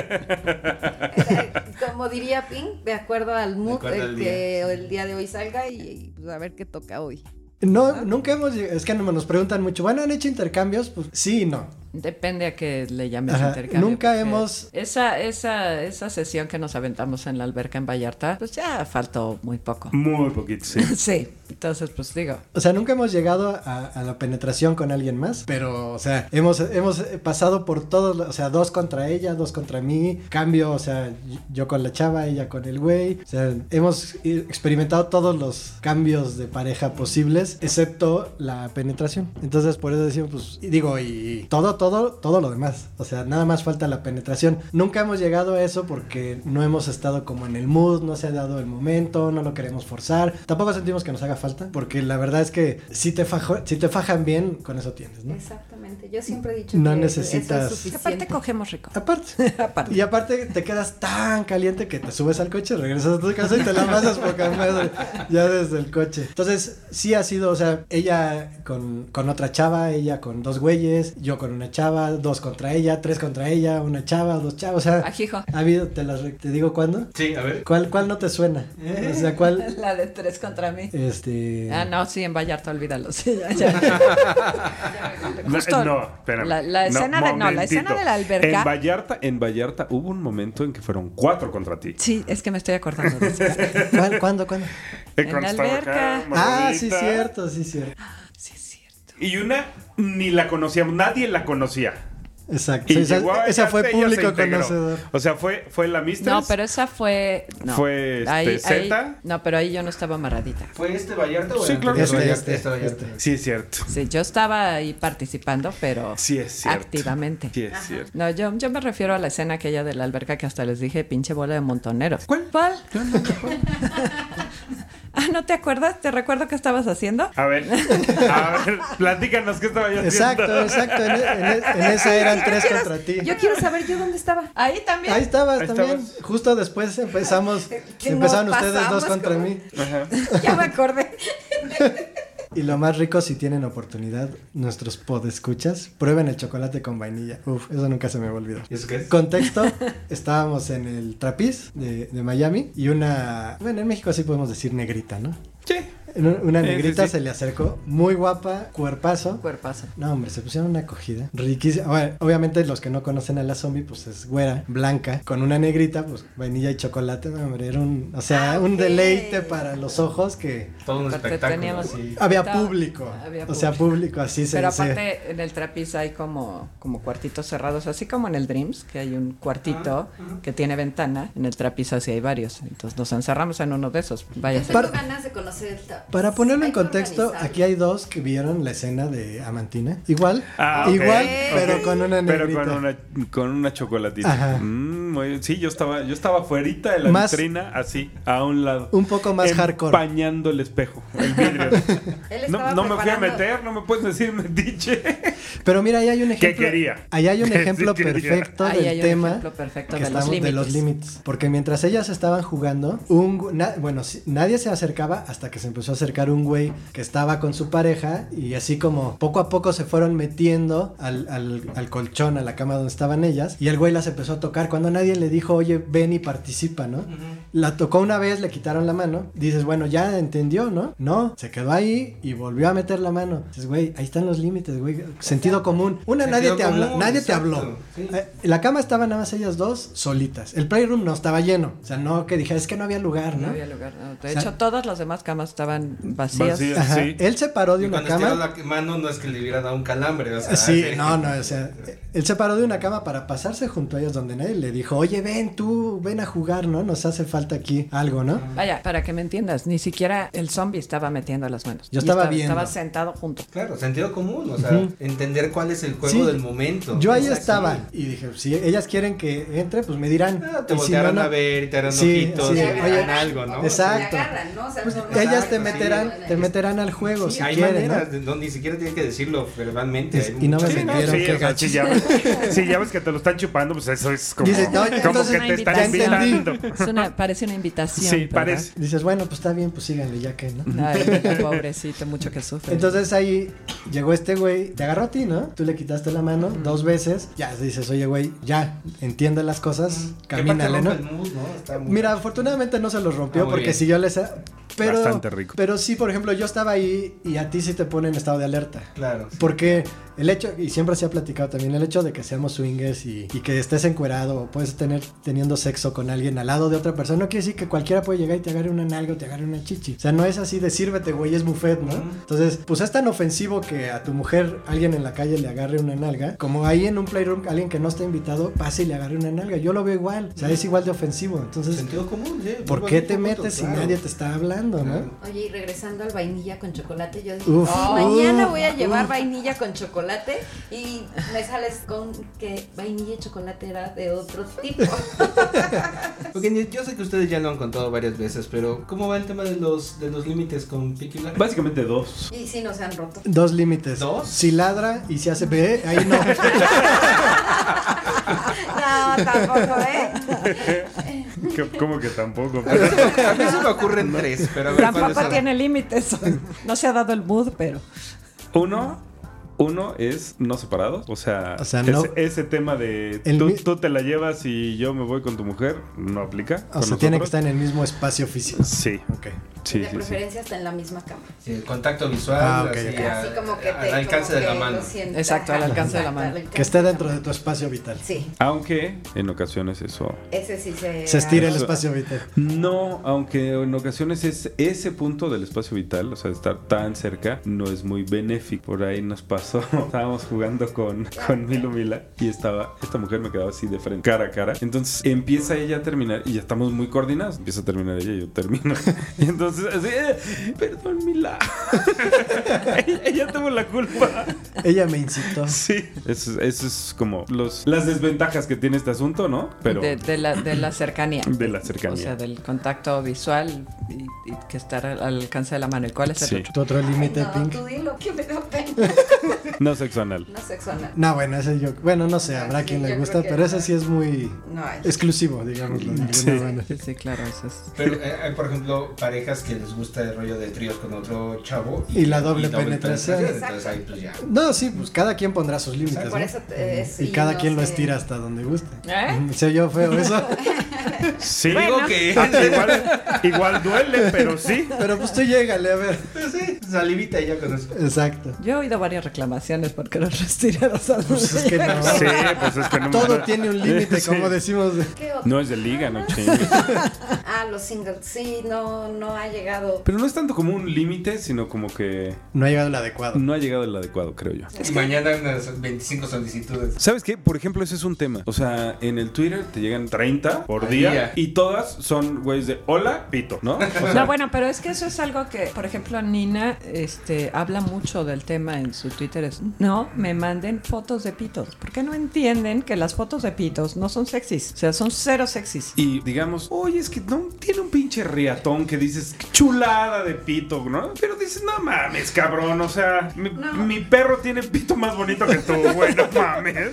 S5: Como diría Pink, de acuerdo al mood
S4: acuerdo al
S5: el que el día de hoy salga y, y, pues, a ver qué toca hoy.
S8: No, nunca hemos llegado, es que no- nos preguntan mucho, bueno, ¿han hecho intercambios? Pues sí y no.
S7: Depende a qué le llames
S8: Ajá,
S7: intercambio.
S8: nunca
S7: porque
S8: hemos-
S7: Esa, esa, esa sesión que nos aventamos en la alberca en Vallarta, pues ya faltó muy poco.
S6: Muy poquito, sí.
S7: Sí. Entonces, pues digo,
S8: O sea, nunca hemos llegado a, a la penetración con alguien más, pero, o sea, hemos, hemos eh, pasado por todos, los- o sea, dos contra ella, dos contra mí, cambio, o sea, y- yo con la chava, ella con el güey, o sea, hemos eh, experimentado todos los cambios de pareja posibles, excepto la penetración. Entonces, por eso decimos, pues, y digo, y todo todo, todo lo demás. O sea, nada más falta la penetración. Nunca hemos llegado a eso porque no hemos estado como en el mood, no se ha dado el momento, no lo queremos forzar. Tampoco sentimos que nos haga falta, porque la verdad es que si te, fajo- si te fajan bien, con eso tienes, ¿no?
S5: Exactamente. Yo siempre he dicho
S8: No
S5: que eso-
S8: necesitas-
S5: eso es suficiente.
S7: Aparte cogemos rico.
S8: Aparte.
S7: Aparte.
S8: Y aparte te quedas tan caliente que te subes al coche, regresas a tu casa y te la pasas poca madre ya desde el coche. Entonces, sí ha sido, o sea, ella con, con otra chava, ella con dos güeyes, yo con una chava, dos contra ella, tres contra ella, una chava, dos chavas, o sea,
S7: Ajijo.
S8: ha habido, te las re- te digo cuándo?
S4: Sí, a ver.
S8: ¿Cuál cuál no te suena? O sea, cuál
S7: La de tres contra mí.
S8: este
S7: Ah, no, sí, en Vallarta, olvídalo. sí, ya, ya. Justo
S6: no, espérame.
S7: la- la escena de- no, la
S6: momentito.
S7: escena de la alberca.
S6: En Vallarta, en Vallarta hubo un momento en que fueron cuatro contra ti.
S7: Sí, es que me estoy acordando de eso.
S8: ¿Cuál, ¿Cuándo, cuándo?
S6: Eh,
S7: En
S6: cuando
S7: la
S6: estaba acá,
S7: alberca.
S8: Ah,
S6: Margarita.
S8: sí, cierto, sí, cierto.
S7: Sí, es cierto.
S6: Y una ni la conocíamos, nadie la conocía.
S8: Exacto.
S6: Y
S8: Sí, esa,
S6: llegó a
S8: esa fue
S6: Vallarta y ella se
S8: público
S6: integró.
S8: conocedor.
S6: O sea, fue, fue la mistress.
S7: No, pero esa fue. No.
S6: Fue, este, Zeta.
S7: no, pero ahí yo no estaba amarradita.
S4: ¿Fue este Vallarta o
S6: Sí,
S4: el
S6: claro que
S4: anterior
S6: sí.
S4: Vallarta?
S8: Este,
S4: Vallarta.
S8: este.
S6: Sí, es cierto.
S7: Sí, yo estaba ahí participando, pero
S6: Sí, es cierto.
S7: activamente.
S6: Sí, es cierto.
S7: No, yo, yo me refiero a la escena aquella de la alberca que hasta les dije pinche bola de montoneros. ¿Cuál? ah, ¿no te acuerdas? ¿Te recuerdo qué estabas haciendo?
S6: A ver, a ver, platícanos qué estaba yo haciendo.
S8: Exacto, exacto. En, en- en ese eran tres contra ti.
S5: Yo quiero saber yo dónde estaba.
S7: Ahí también.
S8: Ahí estabas
S6: Ahí
S8: también.
S6: estabas.
S8: Justo después empezamos.
S5: Que
S8: Empezaron
S5: nos
S8: ustedes dos
S5: pasamos
S8: contra
S5: como-
S8: mí.
S5: Ya me acordé.
S8: Y lo más rico, si tienen oportunidad, nuestros podescuchas, prueben el chocolate con vainilla. Uf, eso nunca se me va a olvidar.
S4: ¿Y eso qué es?
S8: Contexto, estábamos en el Trapiz de, de Miami y una, bueno, en México sí podemos decir negrita, ¿no?
S6: Sí.
S8: Una una
S6: Sí, sí,
S8: negrita
S6: sí.
S8: se le acercó, muy guapa, cuerpazo.
S7: Cuerpazo.
S8: No, hombre, se pusieron una acogida riquísima. Bueno, obviamente los que no conocen a la zombie, pues es güera, blanca, con una negrita, pues vainilla y chocolate. No, hombre, era un, o sea,
S5: Ah,
S8: un
S5: ok.
S8: deleite para los ojos que
S4: Todo un
S7: Aparte
S4: espectáculo.
S7: teníamos-
S4: sí.
S8: había
S7: Estaba-
S8: público.
S7: había
S8: O sea, público, así se
S7: Pero
S8: se-
S7: aparte en el trapiz hay como, como cuartitos cerrados, así como en el Dreams, que hay un
S6: Ah,
S7: cuartito que tiene ventana, en el trapiz así hay varios. Entonces nos encerramos en uno de esos. Vaya.
S5: Tengo
S8: Para-
S5: ganas de conocer el top.
S8: Para ponerlo
S5: Hay
S8: en
S5: que
S8: contexto,
S5: organizarlo.
S8: aquí hay dos que vieron la escena de Amantina. Igual,
S6: Ah, ok,
S8: igual,
S6: ok.
S8: pero con una negrita.
S6: Pero con una, con una chocolatita.
S8: Ajá.
S6: Mm, muy bien. sí, yo estaba, yo estaba fuerita de la
S8: Más-
S6: vitrina, así, a un lado.
S8: Un poco más hardcore.
S6: Empañando el espejo, el vidrio.
S5: Él
S6: no
S5: estaba
S6: no me fui a
S5: preparando-
S6: meter, no me puedes decir metiche.
S8: Pero mira, ahí hay un ejemplo.
S6: quería?
S8: Ahí hay un
S6: ¿Qué sí
S8: ejemplo
S6: quería?
S8: perfecto
S7: Ahí
S8: del
S7: hay un
S8: tema.
S7: ejemplo perfecto
S8: que
S7: de los
S8: estamos- de los
S7: límites.
S8: límites. Porque mientras ellas estaban jugando, un gu- na- bueno, si- nadie se acercaba hasta que se empezó a acercar un güey que estaba con su pareja y así como poco a poco se fueron metiendo al, al- al colchón, a la cama donde estaban ellas y el güey las empezó a tocar cuando nadie le dijo, oye, ven y participa, ¿no? La tocó una vez, le quitaron la mano, dices, bueno, ya entendió, ¿no? No, se quedó ahí y volvió a meter la mano. Dices, güey, ahí están los límites, güey, sentido común. Una, nadie
S4: Sentido
S8: te habló,
S4: común,
S8: nadie te
S4: exacto,
S8: habló.
S4: sí.
S8: Eh, la cama estaba nada más ellas dos solitas. El playroom no estaba lleno. O sea, no que dije, es que no había lugar,
S7: No
S8: ¿no?
S7: había lugar. no. De
S8: O sea-
S7: hecho, todas las demás camas estaban vacías.
S6: Vacías.
S8: Ajá.
S6: Sí.
S8: Él se paró de
S4: Y
S8: una
S4: cuando estiró
S8: cama.
S4: la mano no es que le hubiera dado un calambre. O sea,
S8: Sí,
S4: sí.
S8: no, no, o sea, él se paró de una cama para pasarse junto a ellas donde nadie le dijo, oye, ven tú, ven a jugar, ¿no? Nos hace falta aquí algo, ¿no?
S7: Vaya, para que me entiendas, ni siquiera el zombie estaba metiendo las manos. Y
S8: Yo estaba viendo.
S7: Estaba sentado junto.
S4: Claro, sentido común, o sea, entender cuál es el juego
S8: Sí.
S4: del momento.
S8: Yo ahí
S4: Exacto.
S8: estaba y dije, si ellas quieren que entre, pues me dirán.
S4: Ah, te
S8: Y si
S4: voltearán
S8: no, no.
S4: a ver, y te harán
S8: Sí,
S4: ojitos,
S8: sí,
S4: y te
S8: oye,
S4: harán algo, ¿no?
S8: exacto.
S5: Me Pues, agarran, ¿no? O sea, no-
S8: Ellas
S4: Exacto,
S8: te
S4: sí.
S8: meterán, te meterán al juego
S4: Sí,
S8: si
S4: hay
S8: quieren. ¿no?
S4: maneras, de- no, ni siquiera tiene que decirlo verbalmente.
S8: Es-
S4: hay
S8: y no me
S4: muchas-
S6: Sí, no,
S8: Vieron
S6: sí,
S8: qué
S6: o sea,
S8: gacho.
S6: si ya, ves, si ya ves que te lo están chupando, pues eso es como,
S8: Dices, no, ya,
S6: como
S8: entonces
S6: que
S8: una
S6: te están
S8: invitación.
S6: invitando.
S7: Es una, parece una invitación.
S6: Sí,
S7: ¿verdad?
S6: parece.
S8: Dices, bueno, pues está bien, pues síganle ya que, ¿no?
S7: Ay, pobrecito, mucho que sufre.
S8: Entonces ahí llegó este güey, te agarró a ti, ¿no? Tú le quitaste la mano dos veces, ya dices, oye güey, ya entiende las cosas,
S4: Que aparte
S8: camínale,
S4: rompe
S8: ¿no?
S4: el mood, ¿no? Está muy-
S8: Mira, afortunadamente no se los rompió
S4: Ah, muy
S8: porque
S4: bien.
S8: siguió les... Pero,
S6: Bastante rico.
S8: Pero sí, por ejemplo, yo estaba ahí y a ti sí te pone en estado de alerta.
S4: Claro.
S8: Porque el hecho, y siempre se ha platicado también, el hecho de que seamos swingers y, y que estés encuerado o puedes tener teniendo sexo con alguien al lado de otra persona, no quiere decir que cualquiera puede llegar y te agarre una nalga o te agarre una chichi. O sea, no es así de sírvete, güey, es buffet, ¿no? Entonces, pues es tan ofensivo que a tu mujer alguien en la calle le agarre una nalga, como ahí en un playroom alguien que no está invitado pase y le agarre una nalga. Yo lo veo igual, o sea, es igual de ofensivo. Entonces,
S4: Sentido común, sí.
S8: ¿por qué te metes si nadie te está hablando, no?
S5: Oye, y regresando al vainilla con chocolate, yo dije,
S8: Uf.
S5: "Ay, mañana voy a
S8: Uf.
S5: llevar vainilla con chocolate y me sales con que vainilla y chocolate era de otro tipo.
S4: Ok, yo sé que ustedes ya lo han contado varias veces, pero ¿cómo va el tema de los de los límites con Peaky Blinders?
S6: Básicamente dos.
S5: Y sí nos han roto.
S8: Dos límites.
S4: ¿Dos?
S8: Si ladra y se hace B, ahí no.
S5: No, tampoco, ¿eh?
S6: Que- Como que tampoco.
S8: Pues
S4: A mí se me ocurren tres, pero a ver cuáles
S7: Tampoco
S4: son.
S7: tiene límites. No se ha dado el mood, pero.
S6: Uno, uno es no separados. O sea,
S8: O sea,
S6: ese,
S8: no-
S6: ese tema de
S8: El
S6: tú,
S8: mi-
S6: tú te la llevas y yo me voy con tu mujer, no aplica.
S8: O
S6: con
S8: sea, tiene que
S6: nosotros.
S8: estar en el mismo espacio físico.
S6: Sí,
S8: Ok.
S6: sí,
S5: de
S6: sí, sí.
S5: preferencia hasta en la misma cama.
S4: Sí, el contacto visual,
S8: Ah, ok,
S4: así,
S8: ok.
S4: a-
S5: Así como que te.
S4: al alcance
S5: como
S4: de la
S5: que
S4: mano.
S5: lo sientas.
S7: Exacto, al
S5: Ajá,
S7: alcance de la
S5: exacto,
S7: mano.
S5: al alcance
S8: Que esté
S5: de la
S8: dentro de
S5: mano.
S8: tu espacio vital.
S5: Sí,
S6: Aunque en ocasiones eso
S5: ese sí se.
S8: Se estira el
S6: Eso-
S8: espacio vital.
S6: No, aunque en ocasiones es ese punto del espacio vital, o sea, estar tan cerca, no es muy benéfico. Por ahí nos pasó, estábamos jugando con, con Milo Mila y estaba, esta mujer me quedaba así de frente, cara a cara. Entonces empieza ella a terminar y ya estamos muy coordinados. Empieza a terminar ella y yo termino. Y entonces, así, "Eh, perdón Mila, ella, ella tuvo la culpa.
S8: Ella me incitó.
S6: Sí, eso, es- eso es como los, las desventajas que tiene este asunto, ¿no? Pero...
S7: de, de la, de la cercanía.
S6: De la cercanía.
S7: O sea, del contacto visual y, y que estar al al alcance de la mano. ¿Y cuál es el
S6: Sí.
S7: otro?
S8: ¿Tu otro límite,
S5: No,
S8: Pink?
S5: tú dilo que me da pena.
S6: No sexo anal.
S5: No sexo anal.
S8: No, bueno, ese yo. Bueno, no sé, habrá
S5: Sí,
S8: quien
S5: yo
S8: le
S5: creo
S8: gusta,
S5: que
S8: pero ese
S5: no.
S8: sí es muy
S5: No hay.
S8: exclusivo, digamos.
S7: Sí, sí, claro, eso es.
S4: Pero eh, hay, por ejemplo, parejas que les gusta el rollo de tríos con otro chavo.
S8: Y la doble penetración.
S4: Entonces ahí pues ya.
S8: No, sí, pues cada quien pondrá sus límites.
S5: Por
S8: ¿no?
S5: eso te- es-
S8: Y cada
S5: no
S8: quien lo
S5: sé.
S8: estira hasta donde guste.
S7: ¿Eh?
S8: Se yo feo eso.
S6: Sí, Ah, pues
S4: Digo que
S6: igual, igual duele, pero sí.
S8: Pero pues tú llégale, a ver.
S4: Pues sí, salivita y ya con eso.
S8: Exacto.
S7: Yo he oído varias reclamaciones porque los restirados a
S8: Pues es que no.
S6: Sí, pues es que no me-
S8: Todo tiene un límite,
S6: Sí.
S8: como decimos.
S5: ¿Qué otro?
S6: No es de liga, no chingues.
S5: Ah, los singles. Sí, no, no ha llegado.
S6: Pero no es tanto como un límite, sino como que
S8: No ha llegado el adecuado.
S6: no ha llegado el adecuado, creo yo.
S4: Y mañana unas 25 solicitudes.
S6: ¿Sabes qué? Por ejemplo, ese es un tema. O sea, en el Twitter te llegan 30 por
S4: Al
S6: día,
S4: día.
S6: y todas son güeyes de hola, pito, ¿no? O sea,
S7: No, bueno, pero es que eso es algo que, por ejemplo, Nina este, habla mucho del tema en su Twitter. Es, no me manden fotos de pitos. ¿Por qué no entienden que las fotos de pitos no son sexys? O sea, son cero sexys.
S6: Y digamos, oye, es que no tiene un pinche riatón que dices, "Qué chulada de pito, ¿no? Pero dices, no mames, cabrón, o sea, mi, mi perro tiene pito más bonito que tú, güey, no mames.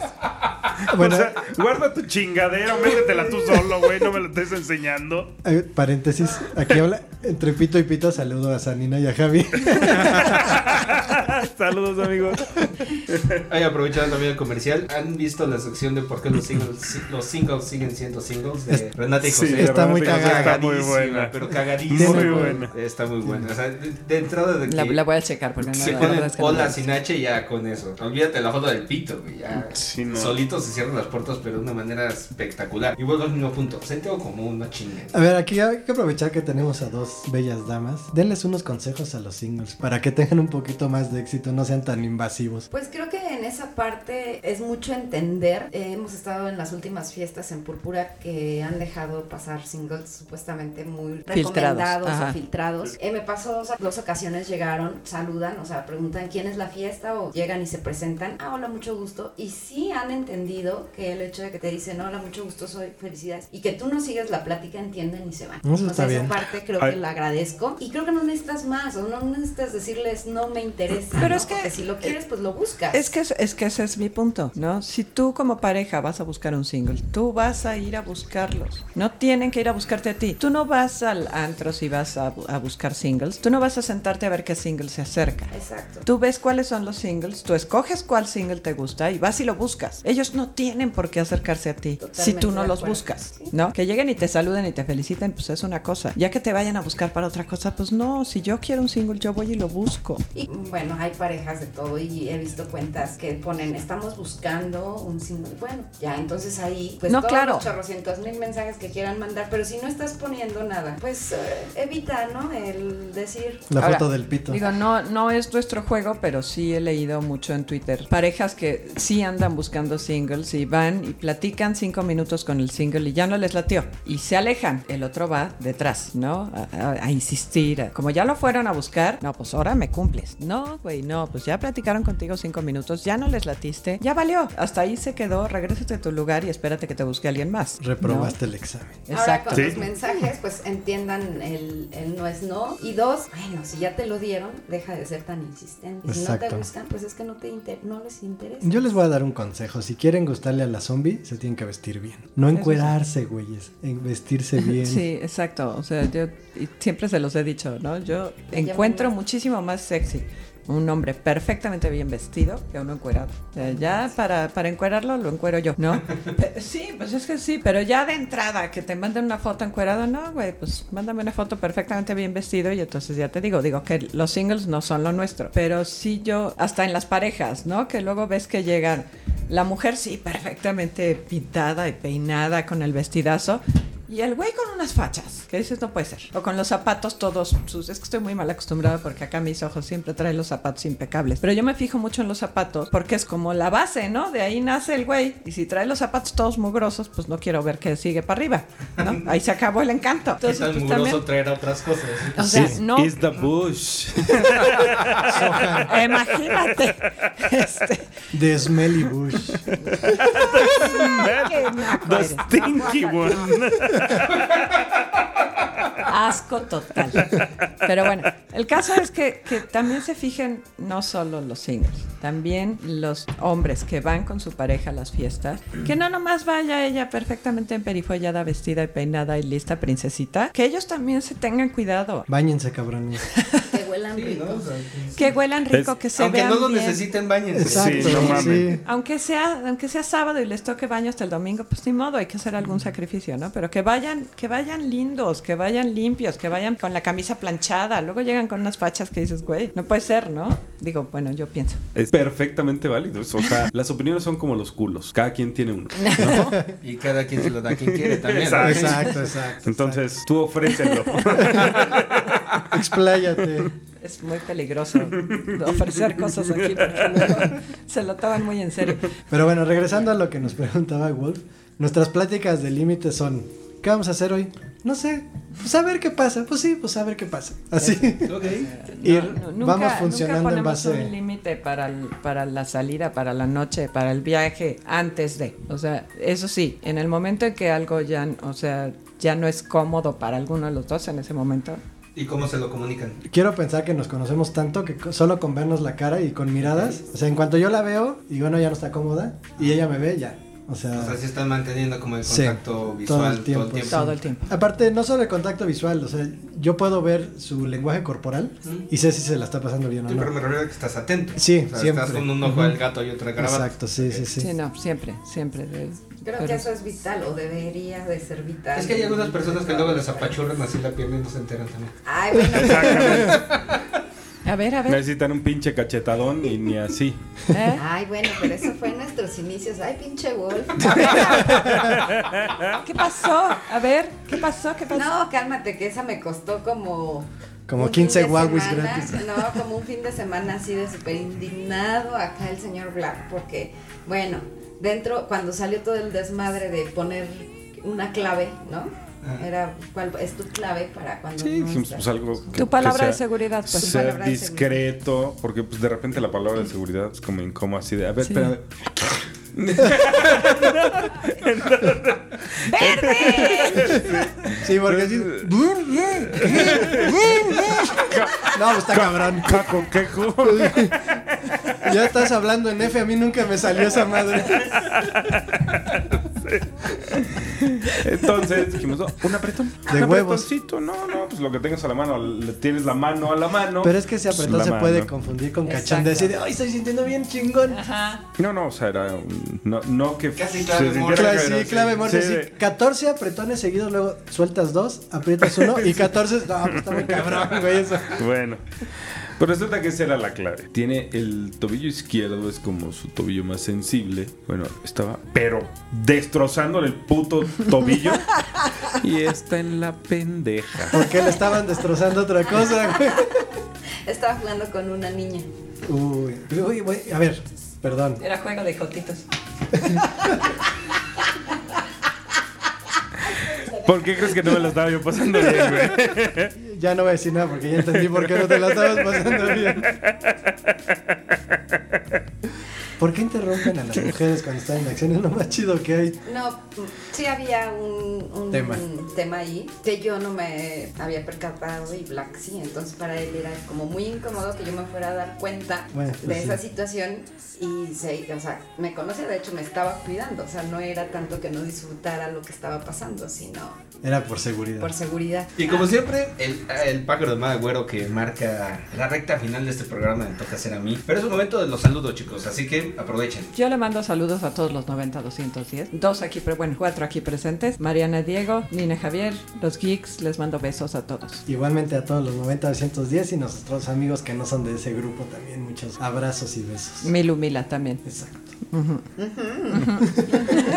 S8: Bueno,
S6: O sea, guarda tu chingadera, métetela tú solo, güey, no me lo estés enseñando.
S8: eh, paréntesis. Aquí habla entre pito y pito. Saludo a Sanina y a Javi.
S6: Saludos, amigos.
S4: Ahí aprovechando también el comercial. ¿Han visto la sección de por qué los singles, los singles siguen siendo singles? De Renata y
S6: Sí,
S4: José.
S6: la
S8: está
S6: verdad
S8: muy
S6: es que
S8: cagada.
S6: Está muy
S4: Cagadísima,
S6: buena.
S4: Pero cagadísima.
S6: Muy buena.
S4: Está muy buena. O sea, de, de entrada de que
S7: La, la voy a checar porque no,
S4: se
S7: la
S4: ponen
S7: verdad es que no
S4: hola
S7: la-
S4: sin H ya con eso. Olvídate la foto del pito, güey. Ya.
S6: Sí, no.
S4: Solitos se cierran las puertas, pero de una manera espectacular. Y vuelvo al mismo punto. Sentido común, no chinguen.
S8: A ver, aquí hay que aprovechar que tenemos a dos bellas damas. Denles unos consejos a los singles para que tengan un poquito más de éxito, no sean tan invasivos.
S5: Pues creo que en esa parte es mucho entender. Eh, hemos estado en las últimas fiestas en Púrpura que han dejado pasar singles supuestamente muy
S7: Filtrados,
S5: recomendados
S7: ajá.
S5: o filtrados. Eh, me pasó dos, dos ocasiones, llegaron, saludan, o sea, preguntan quién es la fiesta o llegan y se presentan. Ah, hola, mucho gusto. Y sí han entendido que el hecho de que te dicen, hola, mucho gusto, soy felicidades, y que tú no sigues la plática, entienden y se van.
S8: Eso
S5: O sea,
S8: está bien.
S5: Esa parte creo
S6: Ay.
S5: que la agradezco. Y creo que no necesitas más, o no necesitas decirles, no me interesa.
S7: Pero
S5: ¿no?
S7: es que-
S5: Porque si lo quieres, pues lo buscas.
S7: Es que, es, es que ese es mi punto, ¿no? Si tú como pareja vas a buscar un single, tú vas a ir a buscarlos. No tienen que ir a buscarte a ti. Tú no vas al antro si vas a, a buscar singles. Tú no vas a sentarte a ver qué single se acerca.
S5: Exacto.
S7: Tú ves cuáles son los singles, tú escoges cuál single te gusta y vas y lo buscas. Ellos no tienen por qué acercarse a ti si
S5: Totalmente
S7: tú no
S5: de
S7: los
S5: acuerdo.
S7: buscas,
S5: Sí.
S7: ¿no? Que lleguen y te saluden y te feliciten, pues es una cosa. Ya que te vayan a buscar para otra cosa, pues no, si yo quiero un single, yo voy y lo busco.
S5: Y bueno, hay parejas de todo y he visto cuentas que ponen, estamos buscando un single. Bueno, ya entonces ahí, pues
S7: No,
S5: todos
S7: claro.
S5: los chorrocientos mil mensajes que quieran mandar, pero si no estás poniendo nada, pues eh, evita, ¿no? El decir,
S8: La
S7: Ahora,
S8: foto del pito.
S7: Digo, no, no es nuestro juego, pero sí he leído mucho en Twitter. Parejas que sí andan buscando singles y van y platican cinco minutos con el single y ya no les latió. Y se alejan. El otro va detrás, ¿no? A, a- a insistir. a- como ya lo fueron a buscar, no, pues ahora me cumples. No, güey, no, pues ya platicaron contigo cinco minutos, ya ya no les latiste, ya valió. Hasta ahí se quedó, regrésate a tu lugar y espérate que te busque alguien más. ¿no?
S8: Reprobaste el examen.
S7: Exacto.
S5: Ahora con
S6: Sí.
S5: los mensajes, pues entiendan el, el no es no. Y dos, bueno, si ya te lo dieron, deja de ser tan insistente. Si no te
S8: Exacto.
S5: buscan, pues es que no, te inter- no les interesa.
S8: Yo les voy a dar un consejo. Si quieren gustarle a la zombie, se tienen que vestir bien. No encuerarse, güeyes. En vestirse bien.
S7: Sí, exacto. O sea, yo y siempre se los he dicho, ¿no? Yo
S5: llaman
S7: encuentro
S5: más.
S7: muchísimo más sexy un hombre perfectamente bien vestido que uno encuerado. O sea, ya para, para encuerarlo lo encuero yo, ¿no? Pe- sí, pues es que sí, pero ya de entrada que te manden una foto encuerado, no, güey, pues mándame una foto perfectamente bien vestido y entonces ya te digo, digo que los singles no son lo nuestro, pero sí yo, hasta en las parejas, ¿no? Que luego ves que llegan la mujer sí perfectamente pintada y peinada con el vestidazo. Y el güey con unas fachas, que dices no puede ser. O con los zapatos todos sus. Es que estoy muy mal acostumbrada porque acá mis ojos siempre traen los zapatos impecables. Pero yo me fijo mucho en los zapatos porque es como la base, ¿no? De ahí nace el güey. Y si trae los zapatos todos mugrosos, pues no quiero ver que sigue para arriba, ¿no? Ahí se acabó el encanto.
S4: ¿Qué
S7: Entonces,
S4: tan
S7: pues
S4: mugroso
S7: también.
S4: traer otras cosas?
S7: O sea,
S6: Is-
S7: no.
S6: is the bush.
S7: Imagínate. Este,
S8: De Smelly Bush.
S7: qué naco
S6: The
S7: eres.
S6: stinky one.
S7: Asco total. Pero bueno, el caso es que, que también se fijen no solo los singles, también los hombres que van con su pareja a las fiestas, que no nomás vaya ella perfectamente emperifollada, vestida y peinada y lista princesita, que ellos también se tengan cuidado,
S8: Báñense, cabrones.
S5: Que huelan rico.
S7: que huelan rico,
S6: Es-
S7: que se
S4: Aunque
S7: vean
S4: no lo
S7: bien.
S4: necesiten, bañense.
S8: Exacto.
S6: no mames.
S8: sí.
S7: Aunque sea, aunque sea sábado y les toque baño hasta el domingo, pues ni modo, hay que hacer algún sacrificio, ¿no? Pero que vayan, que vayan lindos, que vayan limpios, que vayan con la camisa planchada, luego llegan con unas fachas que dices, güey, no puede ser, ¿no? Digo, bueno, yo pienso.
S6: Es perfectamente válido. O sea, las opiniones son como los culos. Cada quien tiene uno. ¿no?
S4: Y cada quien se lo da a quien quiere también.
S6: Exacto.
S8: Exacto, exacto.
S6: Entonces, tú ofrécelo.
S8: exacto. Expláyate.
S7: Es muy peligroso ofrecer cosas aquí porque luego se lo toman muy en serio.
S8: Pero bueno, regresando a lo que nos preguntaba Wolf, nuestras pláticas de límite son, ¿qué vamos a hacer hoy? No sé, pues a ver qué pasa, pues sí, pues a ver qué pasa. Así, ir,
S7: No, nunca,
S8: vamos
S7: nunca
S8: funcionando en
S7: ponemos un
S8: base...
S7: límite para, el- para la salida, para la noche, para el viaje, antes de. O sea, eso sí, en el momento en que algo ya, o sea, ya no es cómodo para alguno de los dos en ese momento.
S4: ¿Y cómo se lo comunican?
S8: Quiero pensar que nos conocemos tanto que co- solo con vernos la cara y con miradas, o sea, en cuanto yo la veo y bueno, ya no está cómoda y ella me ve, ya. O sea,
S4: O sea, se están manteniendo como el
S8: Sí,
S4: contacto
S8: todo
S4: visual
S8: el tiempo,
S7: Todo el tiempo.
S8: Aparte, no solo el contacto visual, o sea, yo puedo ver su lenguaje corporal y sé si se la está pasando bien o
S4: Sí, Pero me
S8: no.
S4: refiero a que estás atento.
S8: Sí,
S4: O sea,
S8: siempre.
S4: Estás con un ojo
S8: Ujú.
S4: al gato y otro al garabato.
S8: Exacto, sí, sí, sí.
S7: Sí, no, siempre, siempre. Eh, de-
S5: Creo
S7: pero-
S5: que eso es vital o debería de ser vital.
S4: Es que hay algunas personas que luego les apachurran así la pierna y no se enteran también.
S5: Ay, bueno,
S7: A ver, a ver.
S6: Necesitan un pinche cachetadón y ni así.
S7: ¿eh?
S5: ay, bueno, pero eso fue en nuestros inicios. Ay, pinche Wolf.
S7: ¿Qué pasó? A ver, ¿qué pasó? ¿Qué pasó?
S5: No, cálmate, que esa me costó como.
S8: Como
S5: un fin
S8: 15
S5: de
S8: guaguis
S5: semana,
S8: gratis.
S5: No, como un fin de semana así de súper indignado acá el señor Black, porque, bueno, dentro, cuando salió todo el desmadre de poner una clave, ¿no? Era, ¿cuál es tu clave para cuando.?
S6: Sí,
S5: no
S6: pues,
S5: estás?
S6: pues, algo. que-
S7: Tu palabra
S6: que sea-
S7: de seguridad, pues.
S5: Tu
S6: Ser
S5: palabra de
S6: discreto, porque pues de repente la palabra de seguridad es como incómoda, así de. A ver,
S7: Sí.
S6: espérame.
S8: Sí, porque así. No, pues está cabrón.
S6: Caco, quejo.
S8: Ya estás hablando en F, a mí nunca me salió esa madre.
S6: Entonces dijimos, "Oh, un apretón.
S8: De
S6: un
S8: huevos.
S6: apretoncito, No, no, pues lo que tengas a la mano, le tienes la mano a la mano.
S8: Pero es que ese
S6: pues,
S8: apretón
S6: la
S8: se
S6: mano.
S8: puede confundir con cachonde. Así de, ay, estoy sintiendo bien chingón.
S6: No, no, o sea, era un- no, no que
S4: Casi
S6: se
S4: clave
S6: sintiera
S4: morse.
S8: Claro,
S6: que era
S8: sí,
S6: así.
S8: clave morse.
S6: Sí,
S8: sí. 14 apretones seguidos, luego sueltas dos, aprietas uno y 14. No, pues está muy cabrón, güey, eso.
S6: Bueno. Pero Pues resulta que esa era la clave. Tiene el tobillo izquierdo, es como su tobillo más sensible. Bueno, estaba, pero destrozándole el puto tobillo. y está en la pendeja.
S8: Porque le estaban destrozando otra cosa, güey.
S5: Estaba jugando con una niña.
S8: Uy, uy, güey, a ver, perdón.
S7: Era juego de jotitos.
S6: ¿Por qué crees que no me lo estaba yo pasando bien, güey?
S8: ya no voy a decir nada porque ya entendí por qué no te la estabas pasando bien. ¿Por qué interrumpen a las mujeres cuando están en acción? Es lo más chido que hay.
S5: No, sí había un, un
S8: Tema.
S5: tema ahí que yo no me había percatado y Black sí, entonces para él era como muy incómodo que yo me fuera a dar cuenta
S8: Bueno, pues
S5: de
S8: sí.
S5: esa situación y se, o sea, me conocía, de hecho me estaba cuidando, o sea, no era tanto que no disfrutara lo que estaba pasando, sino
S8: Era por seguridad.
S5: por seguridad.
S4: Y
S8: Ah.
S4: como siempre, el, el pájaro de Magüero que marca la recta final de este programa me toca ser a mí. Pero es un momento de los saludos, chicos, así que aprovechen.
S7: Yo le mando saludos a todos los 90-210. Dos aquí, pero bueno, cuatro aquí presentes. Mariana Diego, Nina Javier, los geeks, les mando besos a todos.
S8: Igualmente a todos los 90-210 y nosotros amigos que no son de ese grupo también. Muchos abrazos y besos.
S7: Milu Mila también.
S8: Exacto.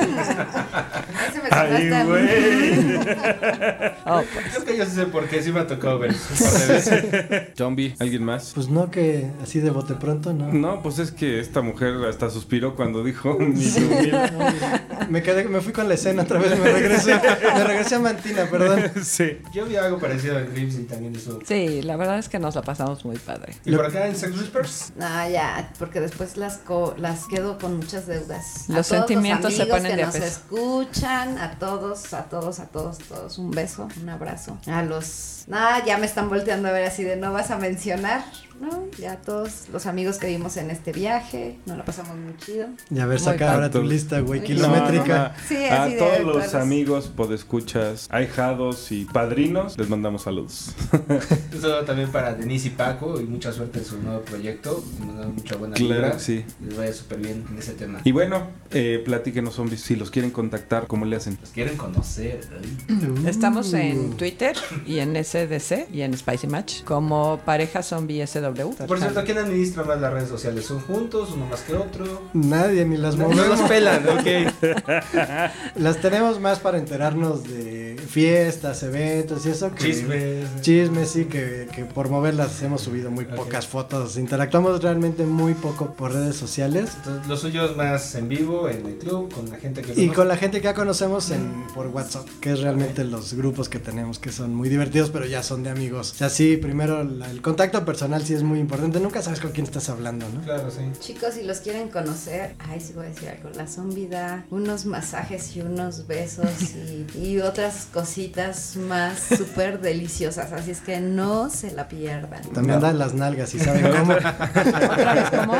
S5: Ese me
S6: Ay,
S5: sonó hasta-
S6: güey.
S7: Oh,
S4: Creo que yo sí sé por qué, sí me ha tocado ver un par de veces.
S6: Zombie, ¿alguien más?
S8: Pues no que así de bote pronto, no.
S6: No, pues es que esta mujer hasta suspiró cuando dijo ni tú, mira.
S8: Me quedé, me fui con la escena otra vez, me regresé, me regresé a Mantina, perdón.
S6: Sí.
S4: Yo vi algo parecido a Grips y también eso.
S7: sí, la verdad es que nos la pasamos muy padre.
S4: Y por acá en Sex Whispers.
S5: No, Ah, ya, porque después las, co- las quedo con muchas deudas.
S7: Los sentimientos se
S5: amigos
S7: ponen
S5: que
S7: de a
S5: nos
S7: peso.
S5: escuchan, a todos, a todos, a todos, a todos. Un beso, un abrazo. A los. Ah, ya me están volteando a ver así de no vas a mencionar. No, ya a todos los amigos que vimos en este viaje. Nos lo pasamos muy chido.
S8: Y a ver,
S7: Muy
S8: saca ahora
S6: tanto.
S8: tu lista, güey,
S5: No,
S8: kilométrica.
S5: Sí,
S6: a
S5: así de
S6: todos
S5: todos
S6: los
S5: los-
S6: amigos, podescuchas, ahijados y padrinos, les mandamos saludos.
S4: Un saludo también para Denise y Paco y mucha suerte en su nuevo proyecto. Nos dan mucha buena
S6: Claro
S4: vibra.
S6: que sí.
S4: Les vaya súper bien en ese tema.
S6: Y bueno, eh, platíquenos zombies, si los quieren contactar, ¿cómo le hacen?
S4: Los quieren conocer. ay.
S7: Estamos
S4: Mm.
S7: en Twitter y en SDC y en Spicy Match como pareja zombie SW.
S4: Por cierto, ¿quién administra más las redes sociales? ¿Son juntos? ¿Uno más que otro?
S8: Nadie ni las
S4: No, no
S8: movemos.
S4: los pelan, ok.
S8: Las tenemos más para enterarnos de fiestas, eventos y eso. Que
S4: Chismes.
S8: Chismes, sí, que, que por moverlas hemos subido muy
S4: Ok.
S8: pocas fotos. Interactuamos realmente muy poco por redes sociales.
S4: Entonces, los suyos más en vivo, en el club, con la gente que
S8: Y
S4: conoce.
S8: con la gente que ya conocemos en, por WhatsApp, que es realmente los grupos que tenemos, que son muy divertidos, pero ya son de amigos. O sea, sí, primero la- el contacto personal sí es muy importante. Nunca sabes con quién estás hablando, ¿no?
S4: Claro, sí.
S5: Chicos, si los quieren conocer, ay, sí voy a decir algo. La zombie da unos masajes y unos besos y, y otras cositas más súper deliciosas. Así es que no se la pierdan.
S8: También dan las nalgas y saben cómo.
S7: ¿Otra vez cómo?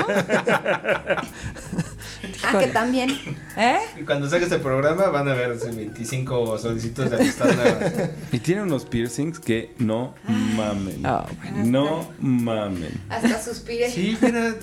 S5: Ah, que también.
S7: ¿Eh?
S4: Y cuando saque este programa van a ver sí, 25 solicitudes de amistad nuevas.
S6: Y tiene unos piercings que no mamen.
S7: Ah,
S6: no mamen.
S5: Hasta suspire.
S4: Sí, mira,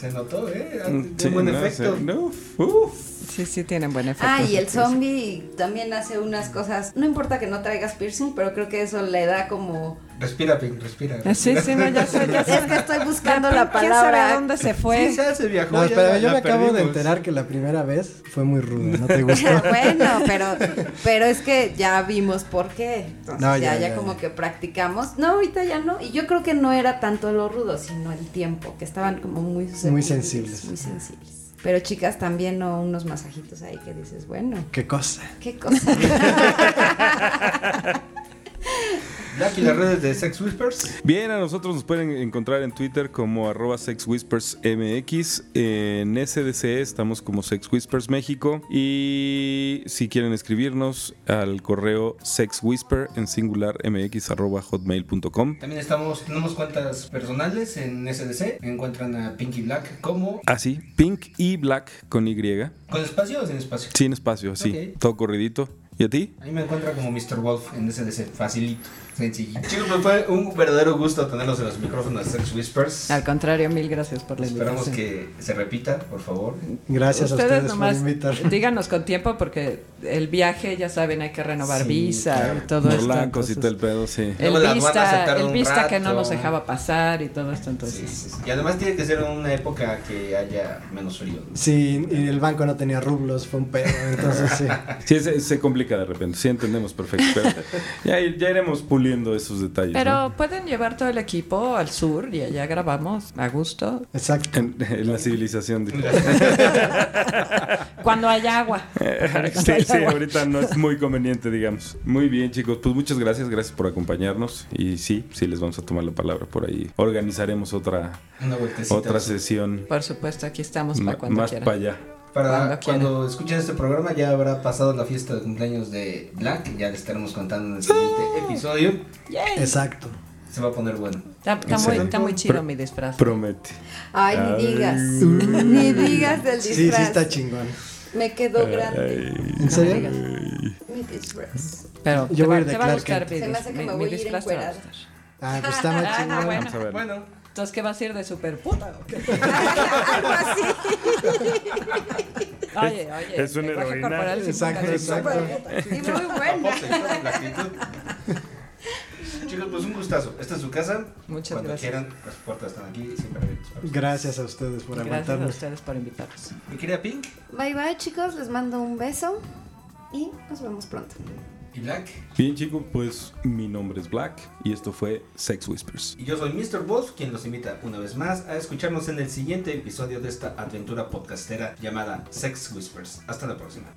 S4: se notó, ¿eh? Tiene
S6: Mm, Sí,
S4: buen
S6: no
S4: efecto.
S6: sé, no, uf.
S7: Sí, sí, tienen buen efecto.
S5: Ah, y el zombie también hace unas cosas. No importa que no traigas piercing, pero creo que eso le da como.
S4: Respira, Pink, respira.
S7: Eh, Sí, sí, no, ya sé, ya
S5: Es
S7: sé.
S5: que estoy buscando la
S7: ¿Quién sabe
S5: palabra.
S7: dónde se fue?
S4: Sí, ya se viajó.
S8: No,
S4: ya
S8: espera,
S4: la-
S8: yo
S4: la
S8: me acabo de
S4: perdimos.
S8: enterar que la primera vez fue muy ruda, ¿no te gustó?
S5: bueno, pero, pero es que ya vimos por qué. Entonces
S8: No,
S5: ya,
S8: ya,
S5: ya,
S8: ya,
S5: como
S8: ya.
S5: que practicamos. No, ahorita ya no. Y yo creo que no era tanto lo rudo, sino el tiempo, que estaban como muy
S8: Muy sensibles.
S5: Muy sensibles. Pero chicas, también ¿no? unos masajitos ahí que dices, bueno,
S8: Qué cosa.
S5: qué cosa.
S4: Black y las redes de Sex Whispers.
S6: Bien, a nosotros nos pueden encontrar en Twitter como arroba sexwhispersmx. En SDC estamos como Sex Whispers México. Y si quieren escribirnos al correo sexwhisper en singular mx arroba hotmail.com.
S4: También estamos, tenemos cuentas personales en SDC. Encuentran a Pinky Black como.
S6: Así, pink y black con Y.
S4: ¿Con espacio o sin espacio?
S6: Sin espacio, así.
S4: Ok.
S6: Todo corridito. ¿Y a ti?
S4: Ahí me encuentra como Mr. Wolf en SDC. Facilito, sencillito. Chicos, me fue un verdadero gusto tenerlos en los micrófonos de Sex Whispers.
S7: Al contrario, mil gracias por la
S4: Esperamos
S7: invitación.
S4: que se repita, por favor.
S8: Gracias a ustedes
S7: nomás
S8: por invitar.
S7: díganos con tiempo porque el viaje, ya saben, hay que renovar
S4: Sí,
S7: visa
S4: claro.
S7: y todo
S6: Blancos y
S7: esto.
S6: todo el pedo, sí.
S4: Luego las
S7: El
S4: van a
S7: vista,
S4: aceptar
S7: el
S4: un
S7: vista que no
S4: rato.
S7: nos dejaba pasar y todo esto,
S4: Sí,
S7: entonces.
S4: sí, sí. Y además tiene que ser una época que haya menos frío. ¿no?
S8: Sí, y el banco no tenía rublos, fue un pedo, entonces sí.
S6: Sí, se, se complica de repente, sí entendemos perfecto, pero ya, ya iremos puliendo esos detalles.
S7: Pero
S6: ¿no?
S7: pueden llevar todo el equipo al sur y allá grabamos a gusto.
S8: Exacto.
S6: En, en la civilización. digo.
S7: Cuando hay agua.
S6: sí, sí, ahorita no es muy conveniente, digamos. Muy bien, chicos. Pues muchas gracias, gracias por acompañarnos. Y sí, sí les vamos a tomar la palabra por ahí. Organizaremos otra,
S4: Una vueltecita.
S6: otra sesión
S7: Por supuesto, aquí estamos
S6: ma-
S7: para cuando
S6: más
S7: quieran.
S6: para allá.
S4: Para
S7: Cuando quieran.
S4: cuando escuchen este programa ya habrá pasado la fiesta de cumpleaños de Black, ya le estaremos contando en el siguiente episodio.
S8: Exacto.
S4: Se va a poner bueno.
S7: Está, está muy, está muy chido mi disfraz.
S6: Promete.
S1: Ay, ni
S6: Ay.
S1: digas. ni digas del disfraz.
S8: Sí, sí está chingón.
S1: Me quedó grande
S8: ¿En serio?
S1: mi disfraz.
S7: Pero
S8: Yo
S7: te
S8: voy a
S7: va,
S8: ir de
S7: te va a
S8: Clark
S7: gustar
S8: Kent.
S7: mi,
S1: Se me hace
S7: dis-
S1: que
S7: mi-
S1: me
S7: mi
S1: voy a ir
S7: disfraz. te va a
S1: encuerada.
S7: gustar.
S8: Ah, pues está más
S7: Ah,
S8: chingón.
S7: bueno.
S6: Vamos a ver.
S4: Bueno,
S7: Entonces, ¿qué vas a ir de super puta? o qué?
S1: Algo así.
S7: Oye, oye.
S6: es una
S7: lenguaje
S6: heroína.
S7: corporal sin
S8: Exacto,
S7: puta, sin puta.
S8: exacto.
S1: Y muy
S4: la
S1: buena.
S4: pose, toda la actitud. Chicos, pues un gustazo. Esta es su casa.
S7: Muchas
S4: Cuando
S7: gracias.
S4: quieran, las puertas están aquí. Siempre abiertas para ustedes.
S8: Gracias a ustedes por
S7: Gracias a
S8: aguantarnos.
S7: ustedes por invitarnos.
S4: Mi querida Pink
S1: Bye bye, chicos. Les mando un beso. Y nos vemos pronto.
S4: y Black.
S6: Bien, chicos, pues mi nombre es Black y esto fue Sex Whispers.
S4: Y yo soy Mr. Boss, quien los invita una vez más a escucharnos en el siguiente episodio de esta aventura podcastera llamada Sex Whispers. Hasta la próxima.